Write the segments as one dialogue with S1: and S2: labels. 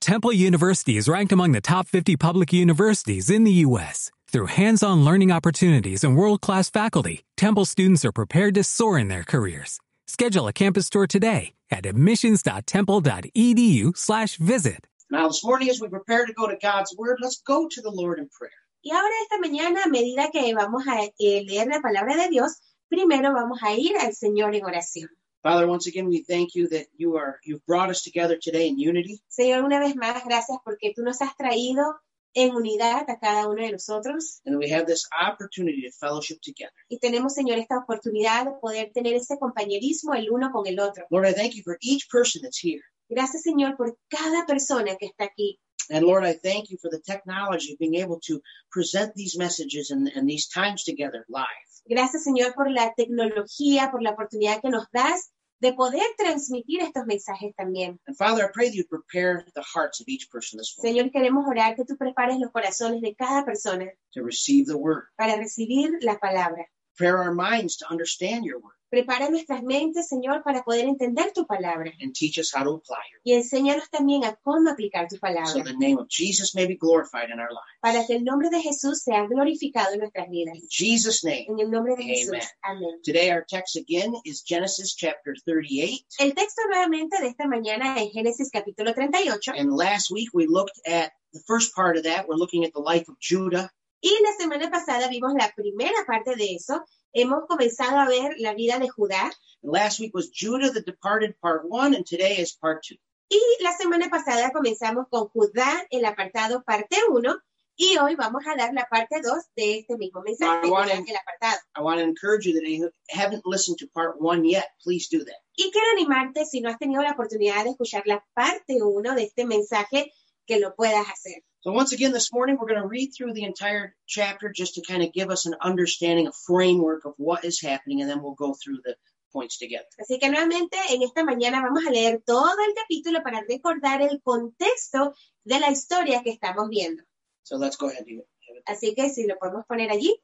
S1: Temple University is ranked among the top 50 public universities in the U.S. Through hands on learning opportunities and world class faculty, Temple students are prepared to soar in their careers. Schedule a campus tour today at E admissions.temple.edu/slash visit.
S2: Now, this morning, as we prepare to go to God's Word, let's go to the Lord in prayer.
S3: Y ahora esta mañana, a medida que vamos a eh, leer la palabra de Dios, primero vamos a ir al Señor en oración.
S2: Father, once again, we thank you that you are you've brought us together today in unity.
S3: Señor, una vez más, gracias porque tú nos has traído en unidad a cada uno de nosotros
S2: and we have this opportunity to fellowship together.
S3: y tenemos, Señor, esta oportunidad de poder tener ese compañerismo el uno con el otro.
S2: Lord, I thank you for each person that's here.
S3: Gracias, Señor, por cada persona que está aquí.
S2: And Lord, I thank you for the technology of being able to present these messages and, and these times together live.
S3: Gracias, Señor, por la tecnología, por la oportunidad que nos das de poder transmitir estos mensajes también.
S2: And Father, I pray that you prepare the hearts of each person this morning
S3: Señor, queremos orar que tú prepares los corazones de cada persona
S2: to receive the word.
S3: para recibir la palabra.
S2: Prepare our minds to understand your word
S3: Prepara nuestras mentes, Señor, para poder entender tu palabra.
S2: and teach us how to apply your
S3: Y enséñanos también a cómo aplicar tu
S2: word. So
S3: palabra,
S2: the name of Jesus may be glorified in our lives.
S3: para que el nombre de Jesús sea glorificado en nuestras vidas.
S2: In Jesus' name.
S3: En el nombre de
S2: Amen.
S3: Jesús. Amén.
S2: Today our text again is Genesis chapter 38.
S3: El texto nuevamente de esta mañana es Génesis capítulo 38.
S2: And last week we looked at the first part of that. We're looking at the life of Judah.
S3: Y la semana pasada vimos la primera parte de eso. Hemos comenzado a ver la vida de Judá.
S2: And last week was Judah the Departed part one, and today is part two.
S3: Y la semana pasada comenzamos con Judá, el apartado parte 1. Y hoy vamos a dar la parte 2 de este mismo mensaje,
S2: Bueno, bueno.
S3: Judá, el apartado.
S2: I want to encourage you that if you haven't listened to part one yet, please do that.
S3: Y quiero animarte, si no has tenido la oportunidad de escuchar la parte 1 de este mensaje, que lo puedas hacer.
S2: So once again this morning we're going to read through the entire chapter just to kind of give us an understanding, a framework of what is happening, and then we'll go through the points together.
S3: Así que nuevamente en esta mañana vamos a leer todo el capítulo para recordar el contexto de la historia que estamos viendo.
S2: So let's go ahead and do it.
S3: Así que si lo podemos poner allí.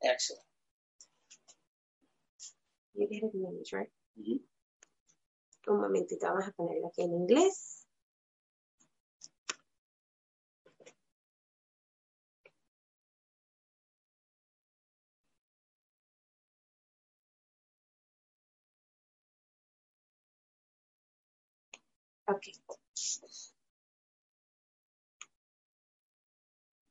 S2: Excellent.
S3: You did it in English, right?
S2: Mhm.
S3: Un momentito, vamos a ponerlo aquí en inglés. Ok.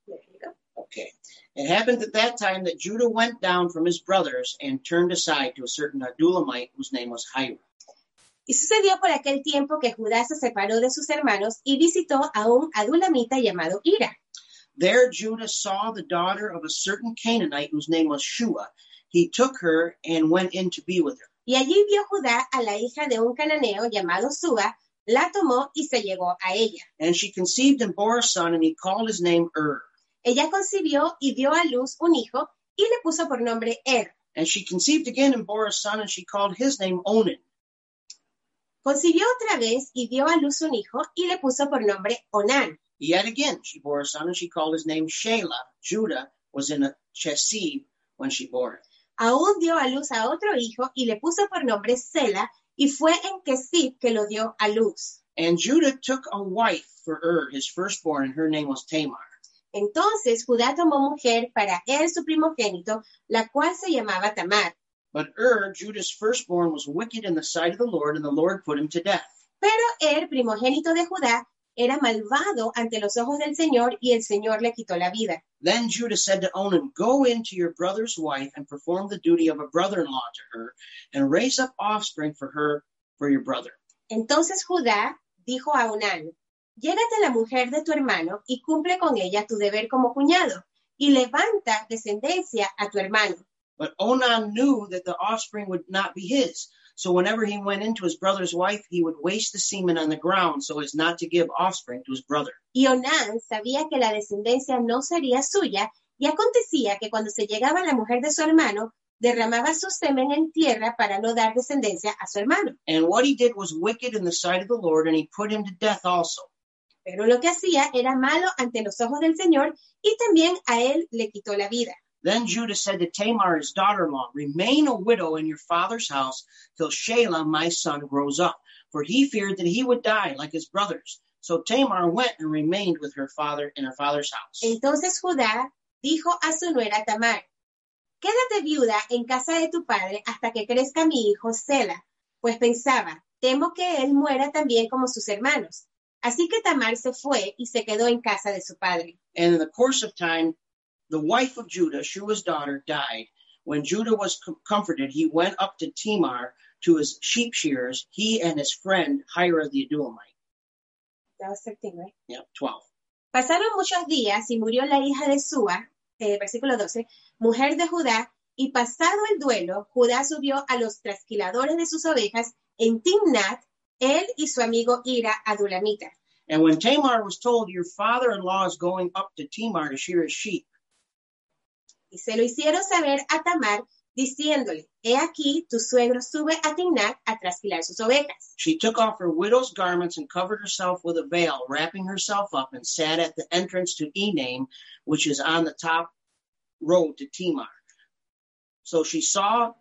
S3: There you go.
S2: Okay. It happened at that time that Judah went down from his brothers and turned aside to a certain Adulamite whose name was Hira.
S3: Y sucedió por aquel tiempo que Judá se separó de sus hermanos y visitó a un adulamita llamado Ira.
S2: There Judah saw the daughter of a certain Canaanite whose name was Shua. He took her and went in to be with her.
S3: Y allí vio Judá a la hija de un cananeo llamado Suba, la tomó y se llegó a ella.
S2: And she conceived and bore a son, and he called his name Er.
S3: Ella concibió y dio a luz un hijo y le puso por nombre Er.
S2: And she conceived again and bore a son, and she called his name Onan.
S3: Concibió otra vez y dio a luz un hijo y le puso por nombre Onán.
S2: Yet again she bore a son, and she called his name Shelah. Judah was in a Chesib when she bore him.
S3: Aún dio a luz a otro hijo y le puso por nombre Sela y fue en Kesib que lo dio a luz.
S2: And Judah took a wife for Er, his firstborn, and her name was Tamar.
S3: Entonces Judá tomó mujer para Er su primogénito, la cual se llamaba Tamar.
S2: But Er, Judah's firstborn, was wicked in the sight of the Lord, and the Lord put him to death.
S3: Er, primogénito de Judá, era malvado ante los ojos del Señor y el Señor le quitó la vida.
S2: Then Judah said to Onan, Go in to your brother's wife and perform the duty of a brother in law to her, and raise up offspring for her for your brother.
S3: Entonces Judá dijo a Onán, llégate a la mujer de tu hermano y cumple con ella tu deber como cuñado, y levanta descendencia a tu hermano.
S2: But Onan knew that the offspring would not be his. So whenever he went into his brother's wife, he would waste the semen on the ground so as not to give offspring to his brother.
S3: Y Onán sabía que la descendencia no sería suya, y acontecía que cuando se llegaba la mujer de su hermano, derramaba su semen en tierra para no dar descendencia a su hermano.
S2: And what he did was wicked in the sight of the Lord, and he put him to death also.
S3: Pero lo que hacía era malo ante los ojos del Señor y también a él le quitó la vida.
S2: Then Judah said to Tamar, his daughter in law, Remain a widow in your father's house till Shelah, my son, grows up. For he feared that he would die like his brothers. So Tamar went and remained with her father in her father's house.
S3: Entonces Judá dijo a su nuera Tamar, quédate viuda en casa de tu padre hasta que crezca mi hijo Sela, pues pensaba, temo que él muera también como sus hermanos. Así que Tamar se fue y se quedó en casa de su padre.
S2: And in the course of time, the wife of Judah, Shua's daughter, died. When Judah was com- comforted, he went up to Tamar to his sheep shearers, he and his friend Hira the Adulamite.
S3: That was 13, right?
S2: Yep, 12.
S3: Pasaron muchos días y murió la hija de Sua, eh, versículo 12, mujer de Judá, y pasado el duelo, Judá subió a los trasquiladores de sus ovejas en Timnat, él y su amigo Ira Adulamita.
S2: And when Tamar was told, Your father in law is going up to Tamar to shear his sheep,
S3: Y se lo hicieron saber a Tamar, diciéndole, he aquí, tu suegro sube a Timnat a trasquilar sus ovejas.
S2: she took off her widow's garments and covered herself with a veil, wrapping herself up, and sat at the entrance to Ename, which is on the top road to Tamar. So she saw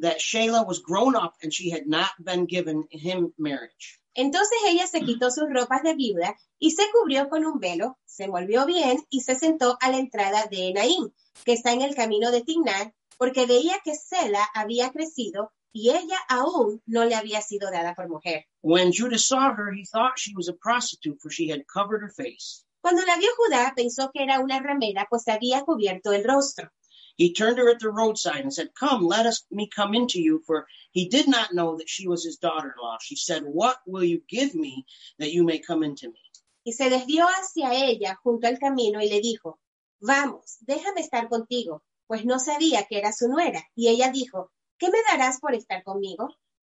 S2: that Shelah was grown up and she had not been given him marriage.
S3: Entonces ella se quitó sus ropas de viuda y se cubrió con un velo, se envolvió bien y se sentó a la entrada de Enaim, que está en el camino de Timnat, porque veía que Sela había crecido y ella aún no le había sido dada por mujer.
S2: When Judah saw her, he thought she was a prostitute, for she had covered her face.
S3: Cuando la vio Judá pensó que era una ramera, pues había cubierto el rostro.
S2: He turned her at the roadside and said, Come, let us me come into you, for he did not know that she was his daughter in law. She said, What will you give me that you may come into me?
S3: Y se desvió hacia ella junto al camino y le dijo, vamos, déjame estar contigo, pues no sabía que era su nuera. Y ella dijo, ¿qué me darás por estar conmigo?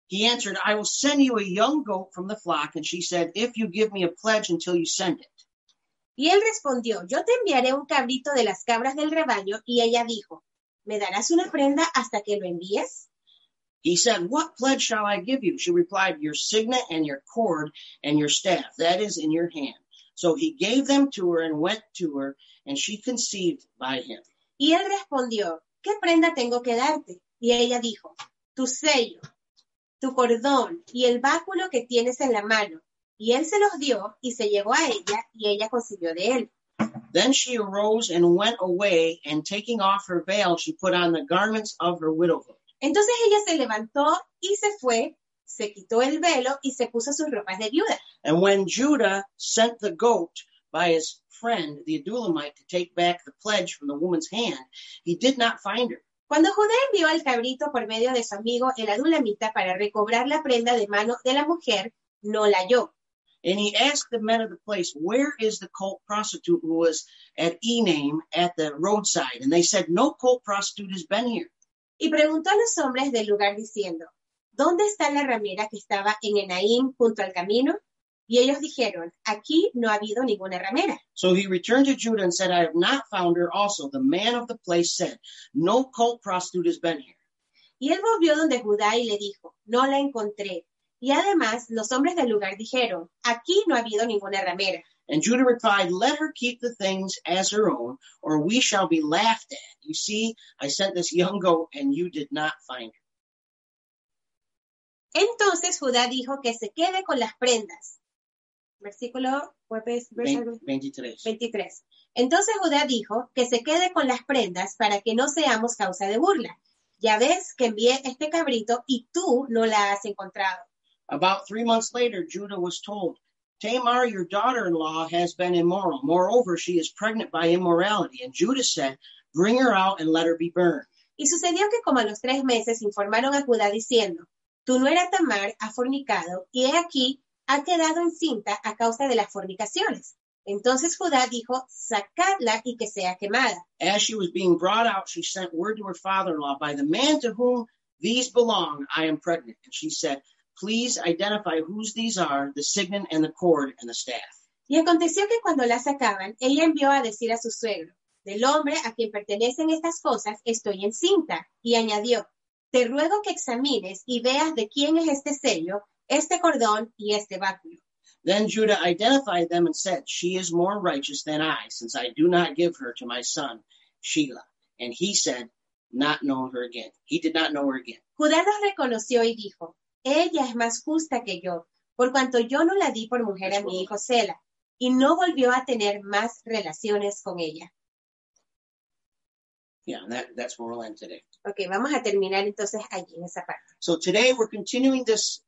S2: He answered, I will send you a young goat from the flock. And she said, If you give me a pledge until you send it.
S3: Y él respondió, yo te enviaré un cabrito de las cabras del rebaño. Y ella dijo, ¿me darás una prenda hasta que lo envíes?
S2: He said, What pledge shall I give you? She replied, Your signet and your cord and your staff, that is in your hand. So he gave them to her and went to her, and she conceived by him.
S3: Y él respondió, ¿qué prenda tengo que darte? Y ella dijo, tu sello, tu cordón y el báculo que tienes en la mano. Y él se los dio y se llegó a ella y ella concibió de él.
S2: Then she arose and went away, and taking off her veil, she put on the garments of her widowhood.
S3: Entonces ella se levantó y se fue, se quitó el velo y se puso sus ropas de viuda.
S2: And when Judah sent the goat by his friend, the Adulamite, to take back the pledge from the woman's hand, he did not find her.
S3: Cuando Judá envió al cabrito por medio de su amigo el adulamita para recobrar la prenda de mano de la mujer, no la halló.
S2: And he asked the men of the place, Where is the cult prostitute who was at Ename at the roadside? And they said, No cult prostitute has been here.
S3: Y preguntó a los hombres del lugar diciendo, ¿dónde está la ramera que estaba en Enaim junto al camino? Y ellos dijeron, aquí no ha habido ninguna ramera.
S2: So he returned to Judah and said, I have not found her. Also, the man of the place said, No cult prostitute has been here.
S3: Y él volvió donde Judá y le dijo, no la encontré. Y además los hombres del lugar dijeron, aquí no ha habido ninguna ramera.
S2: And Judah replied, Let her keep the things as her own, or we shall be laughed at. You see, I sent this young goat, and you did not find her.
S3: Entonces Judá dijo que se quede con las prendas. Versículo pues, verse
S2: Vein- 23.
S3: 23. Entonces Judá dijo que se quede con las prendas para que no seamos causa de burla. Ya ves que envié este cabrito y tú no la has encontrado.
S2: About three months later, Judah was told, Tamar, your daughter in law, has been immoral. Moreover, she is pregnant by immorality. And Judah said, Bring her out and let her be burned.
S3: Y sucedió que como a los tres meses informaron a Judá diciendo, tu nuera Tamar ha fornicado y he aquí ha quedado encinta a causa de las fornicaciones. Entonces Judá dijo, sacadla y que sea quemada.
S2: As she was being brought out, she sent word to her father in law, By the man to whom these belong, I am pregnant. And she said, Please identify whose these are the signet and the cord and the staff.
S3: Y aconteció que cuando la sacaban, ella envió a decir a su suegro, del hombre a quien pertenecen estas cosas estoy encinta, y añadió, te ruego que examines y veas de quién es este sello, este cordón y este báculo.
S2: Then Judah identified them and said, She is more righteous than I, since I do not give her to my son, Shelah. And he said, Not know her again. He did not know her again.
S3: Judá los reconoció y dijo, ella es más justa que yo, por cuanto yo no la di por mujer a mi hijo Sela, y no volvió a tener más relaciones con ella.
S2: Yeah, and that, that's where we'll end today.
S3: Ok, vamos a terminar entonces allí en esa parte.
S2: So today we're continuing this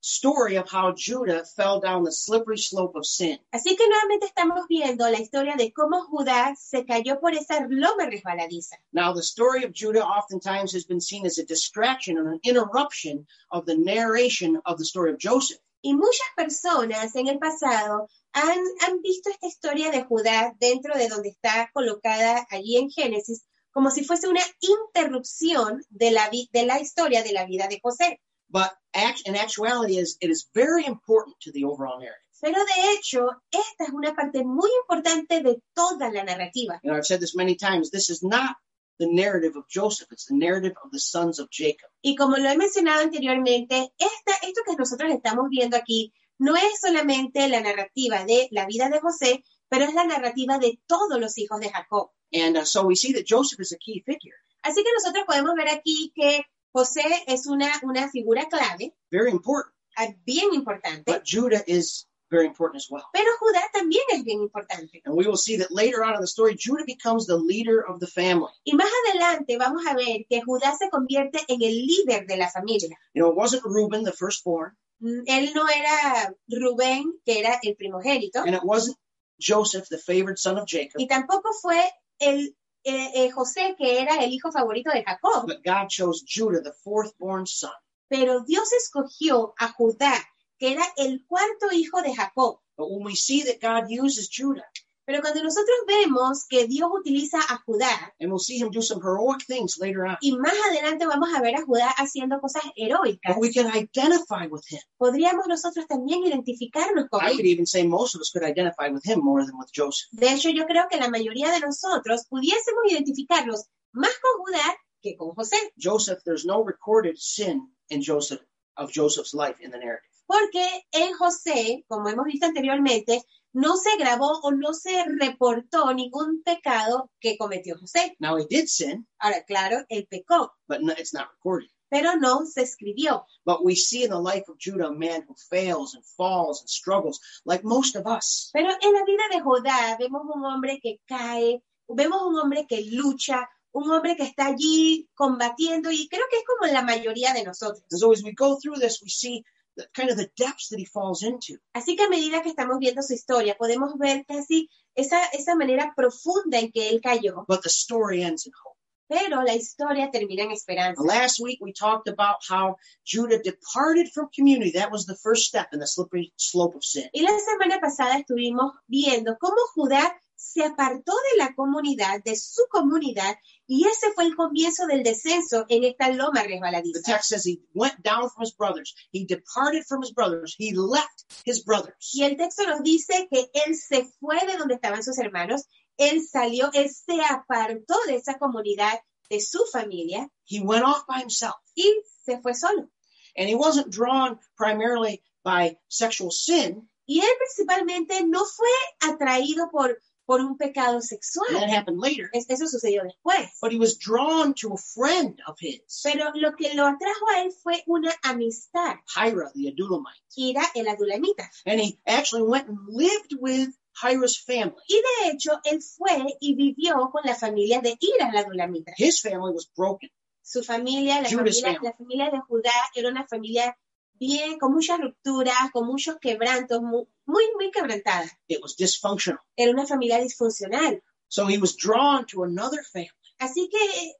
S2: story of how Judah fell down the slippery slope of sin.
S3: Así que nuevamente estamos viendo la historia de cómo Judá se cayó por esa loma resbaladiza.
S2: Now, the story of Judah oftentimes has been seen as a distraction and an interruption of the narration of the story of Joseph.
S3: Y muchas personas en el pasado han, han visto esta historia de Judá dentro de donde está colocada allí en Génesis como si fuese una interrupción de la, vi- de la historia de la vida de José.
S2: But act, in actuality, is it is very important to the overall narrative.
S3: Pero de hecho, esta es una parte muy importante de toda la narrativa.
S2: You know, I've said this many times. This is not the narrative of Joseph. It's the narrative of the sons of Jacob.
S3: Y como lo he mencionado anteriormente, esta, esto que nosotros estamos viendo aquí no es solamente la narrativa de la vida de José, pero es la narrativa de todos los hijos de Jacob.
S2: And uh, so we see that Joseph is a key figure,
S3: Así que nosotros podemos ver aquí que José es una, una figura clave,
S2: very important.
S3: ah, bien importante,
S2: But Judah is very important as well.
S3: pero Judá también es bien importante.
S2: And we will see that later on in the story, Judah becomes the leader of the family.
S3: Y más adelante vamos a ver que Judá se convierte en el líder de la familia.
S2: You know, it wasn't Reuben, the firstborn,
S3: Mm, Él no era Rubén, que era el primogénito,
S2: and it wasn't Joseph, the favored son of Jacob,
S3: y tampoco fue el eh, eh, José, que era el hijo favorito de Jacob,
S2: but God chose Judah, the fourth-born son.
S3: pero Dios escogió a Judá, que era el cuarto hijo de Jacob.
S2: But when we see that God uses Judah,
S3: Pero cuando nosotros vemos que Dios utiliza a Judá,
S2: and we'll see him do some heroic things later on,
S3: y más adelante vamos a ver a Judá haciendo cosas heroicas,
S2: but we can identify with him.
S3: podríamos nosotros también identificarnos con
S2: I would
S3: él.
S2: even say most of us could identify with him more than with Joseph.
S3: De hecho, yo creo que la mayoría de nosotros pudiésemos identificarnos más con Judá que con José.
S2: Joseph, there's no recorded sin in Joseph of Joseph's life in the narrative.
S3: porque en José, como hemos visto anteriormente, no se grabó o no se reportó ningún pecado que cometió José.
S2: Now he did sin,
S3: Ahora, claro, él pecó,
S2: but no- it's not recorded.
S3: pero no se escribió.
S2: But we see in the life of Judah a man who fails and falls and struggles like most of us.
S3: Pero en la vida de Judá vemos un hombre que cae, vemos un hombre que lucha, un hombre que está allí combatiendo y creo que es como la mayoría de nosotros.
S2: And so as we go through this, we see the, kind of the depths that he falls into.
S3: Así que a medida que estamos viendo su historia, podemos ver casi esa, esa manera profunda en que él cayó,
S2: But the story ends in hope.
S3: pero la historia termina en esperanza.
S2: And last week we talked about how Judah departed from community. That was the first step in the slippery slope of sin.
S3: Y la semana pasada estuvimos viendo cómo Judá se apartó de la comunidad, de su comunidad, y ese fue el comienzo del descenso en esta loma
S2: The
S3: resbaladiza.
S2: text says he went down from his brothers. He departed from his brothers. He left his brothers.
S3: Y el texto nos dice que él se fue de donde estaban sus hermanos, él salió, él se apartó de esa comunidad, de su familia,
S2: He went off by himself.
S3: y se fue solo.
S2: And he wasn't drawn primarily by sexual sin.
S3: Y él principalmente no fue atraído por, por un pecado
S2: And that
S3: sexual.
S2: happened later.
S3: Es- Eso sucedió después.
S2: But he was drawn to a friend of his,
S3: Pero lo que lo atrajo a él fue una amistad.
S2: Hira the Adulamite.
S3: era el adulamita.
S2: And he actually went and lived with Hira's family.
S3: Y de hecho, él fue y vivió con la familia de Ira, la adulamita.
S2: His family was broken.
S3: Su familia, la
S2: Judas
S3: familia,
S2: family.
S3: la familia de Judá, era una familia bien, con muchas rupturas, con muchos quebrantos, mu- muy, muy quebrantada.
S2: It was dysfunctional.
S3: Era una familia disfuncional.
S2: So he was drawn to another family.
S3: Así que eh,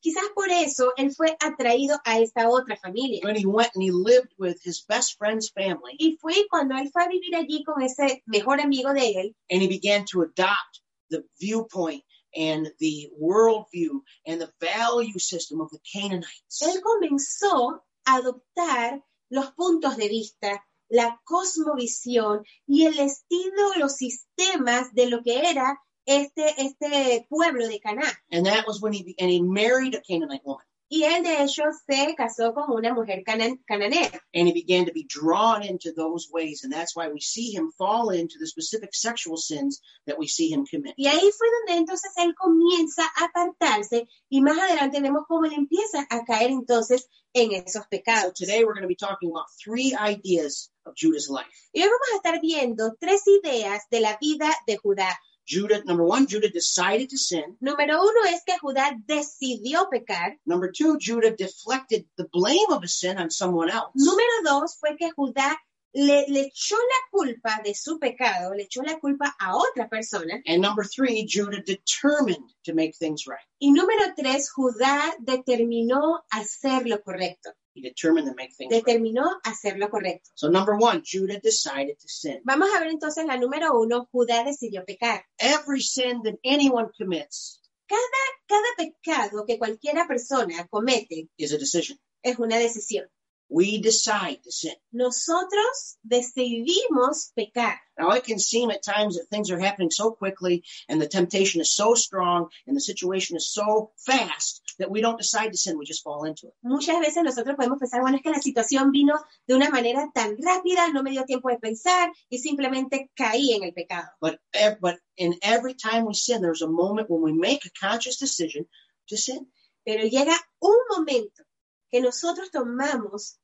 S3: quizás por eso él fue atraído a esta otra familia.
S2: When he went and he lived with his best friend's family,
S3: Y fue cuando él fue a vivir allí con ese mejor amigo de él,
S2: and he began to adopt the viewpoint and the worldview and the value system of the Canaanites.
S3: él comenzó a adoptar los puntos de vista, la cosmovisión y el estilo, los sistemas de lo que era este, este pueblo de Caná.
S2: And that was when he be- and he married a Canaanite woman,
S3: Y él, de hecho, se casó con una mujer cana- cananea.
S2: and he began to be drawn into those ways, and that's why we see him fall into the specific sexual sins that we see him commit.
S3: Y ahí fue donde entonces él comienza a apartarse y más adelante vemos cómo él empieza a caer entonces en esos pecados.
S2: Today we're going to be talking about three ideas of Judah's life.
S3: Y hoy vamos a estar viendo tres ideas de la vida de Judá.
S2: Judah, number one, Judah decided to sin.
S3: Número uno es que Judá decidió pecar.
S2: Number two, Judah deflected the blame of his sin on someone else.
S3: Número dos fue que Judá le, le echó la culpa de su pecado, le echó la culpa a otra persona.
S2: And number three, Judah determined to make things right.
S3: Y número tres, Judá determinó hacer lo correcto.
S2: He determined to make things right.
S3: Determinó hacer lo correcto.
S2: So number one, Judah decided to sin.
S3: Vamos a ver entonces la número uno, Judá decidió pecar.
S2: Every sin that anyone commits
S3: Cada pecado que cualquiera persona comete
S2: is a decision.
S3: es una decisión.
S2: We decide to sin.
S3: Nosotros decidimos pecar.
S2: Now it can seem at times that things are happening so quickly and the temptation is so strong and the situation is so fast that we don't decide to sin, we just fall into it.
S3: Muchas veces nosotros podemos pensar, bueno, es que la situación vino de una manera tan rápida, no me dio tiempo de pensar y simplemente caí en el pecado.
S2: But ev- but in every time we sin, there's a moment when we make a conscious decision to sin.
S3: Pero llega un momento que nosotros tomamos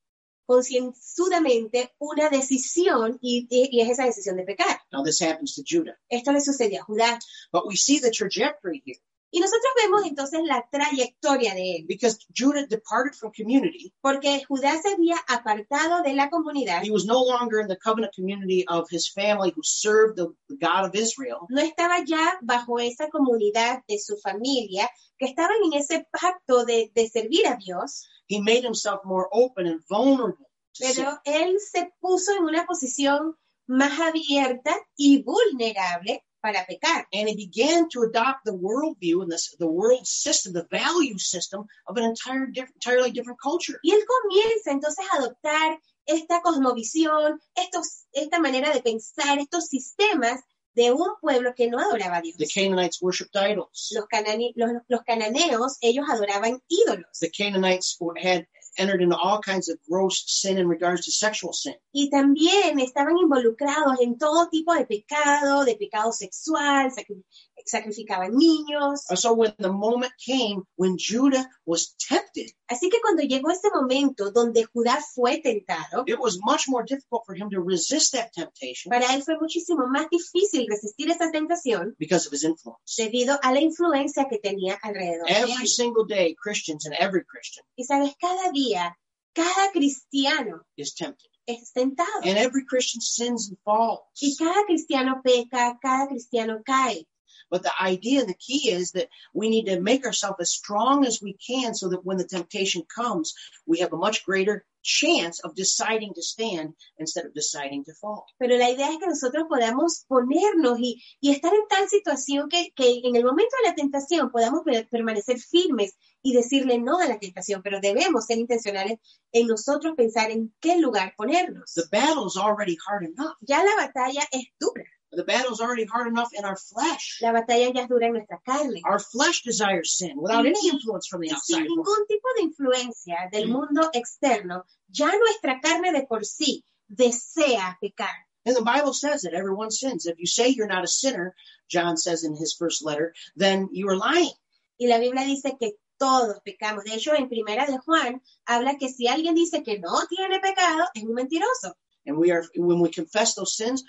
S3: concienzudamente una decisión y, y- y es esa decisión de pecar.
S2: Now this happens to Judah.
S3: Esto le sucedió a Judá.
S2: But we see the trajectory here
S3: Y nosotros vemos entonces la trayectoria de él,
S2: because Judah departed from community.
S3: porque Judá se había apartado de la comunidad,
S2: He was no longer in the covenant community of his family who served the, the God of Israel.
S3: no estaba ya bajo esa comunidad de su familia, que estaban en ese pacto de, de servir a Dios,
S2: He made himself more open and vulnerable to sin.
S3: pero él se puso en una posición más abierta y vulnerable para pecar.
S2: and he began to adopt the worldview and this, the world system, the value system of an entire diff- entirely different culture.
S3: Y él comienza entonces a adoptar esta cosmovisión, estos, esta manera de pensar, estos sistemas de un pueblo que no adoraba a Dios.
S2: The Canaanites worshipped idols.
S3: Los, canani- los, los cananeos, ellos adoraban ídolos.
S2: The Canaanites were- had entered into all kinds of gross sin in regards to sexual sin.
S3: Y también estaban involucrados en todo tipo de pecado, de pecado sexual, sacri- sacrificaban niños.
S2: And Uh, so when the moment came when Judah was tempted,
S3: Así que cuando llegó ese momento donde Judá fue tentado,
S2: it was much more difficult for him to resist that temptation
S3: para él fue muchísimo más difícil resistir esa tentación
S2: because of his influence.
S3: debido a la influencia que tenía alrededor. de él.
S2: Every single day, Christians and every Christian
S3: Y sabes, cada día, cada cristiano
S2: is tempted.
S3: es tentado.
S2: And every Christian sins and falls.
S3: Y cada cristiano peca, cada cristiano cae.
S2: But the idea and the key is that we need to make ourselves as strong as we can so that when the temptation comes, we have a much greater chance of deciding to stand instead of deciding to fall.
S3: Pero la idea es que nosotros podamos ponernos y, y estar en tal situación que, que en el momento de la tentación podamos per- permanecer firmes y decirle no a la tentación, pero debemos ser intencionales en nosotros pensar en qué lugar ponernos.
S2: The battle is already hard enough.
S3: Ya la batalla es dura,
S2: The battle is already hard enough in our flesh.
S3: la batalla ya es dura en nuestra carne.
S2: Our flesh desires sin without any influence from the
S3: sin
S2: outside world.
S3: ningún tipo de influencia del mundo externo, ya nuestra carne de por sí desea pecar.
S2: And the Bible says that everyone sins. If you say you're not a sinner, John says in his first letter, then you are lying.
S3: Y la Biblia dice que todos pecamos. De hecho, en Primera de Juan habla que si alguien dice que no tiene pecado, es un mentiroso.
S2: And we are when we confess those sins,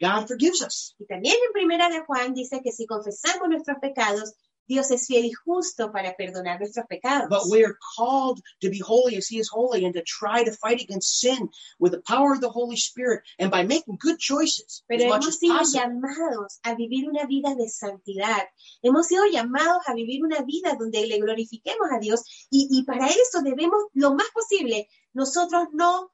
S2: God forgives us.
S3: Y también en Primera de Juan dice que si confesamos nuestros pecados, Dios es fiel y justo para perdonar nuestros pecados.
S2: But we are called to be holy as He is holy and to try to fight against sin with the power of the Holy Spirit and by making good choices
S3: Pero
S2: as much
S3: hemos
S2: as
S3: sido
S2: possible.
S3: llamados a vivir una vida de santidad. Hemos sido llamados a vivir una vida donde le glorifiquemos a Dios. Y, y para eso debemos, lo más posible, nosotros no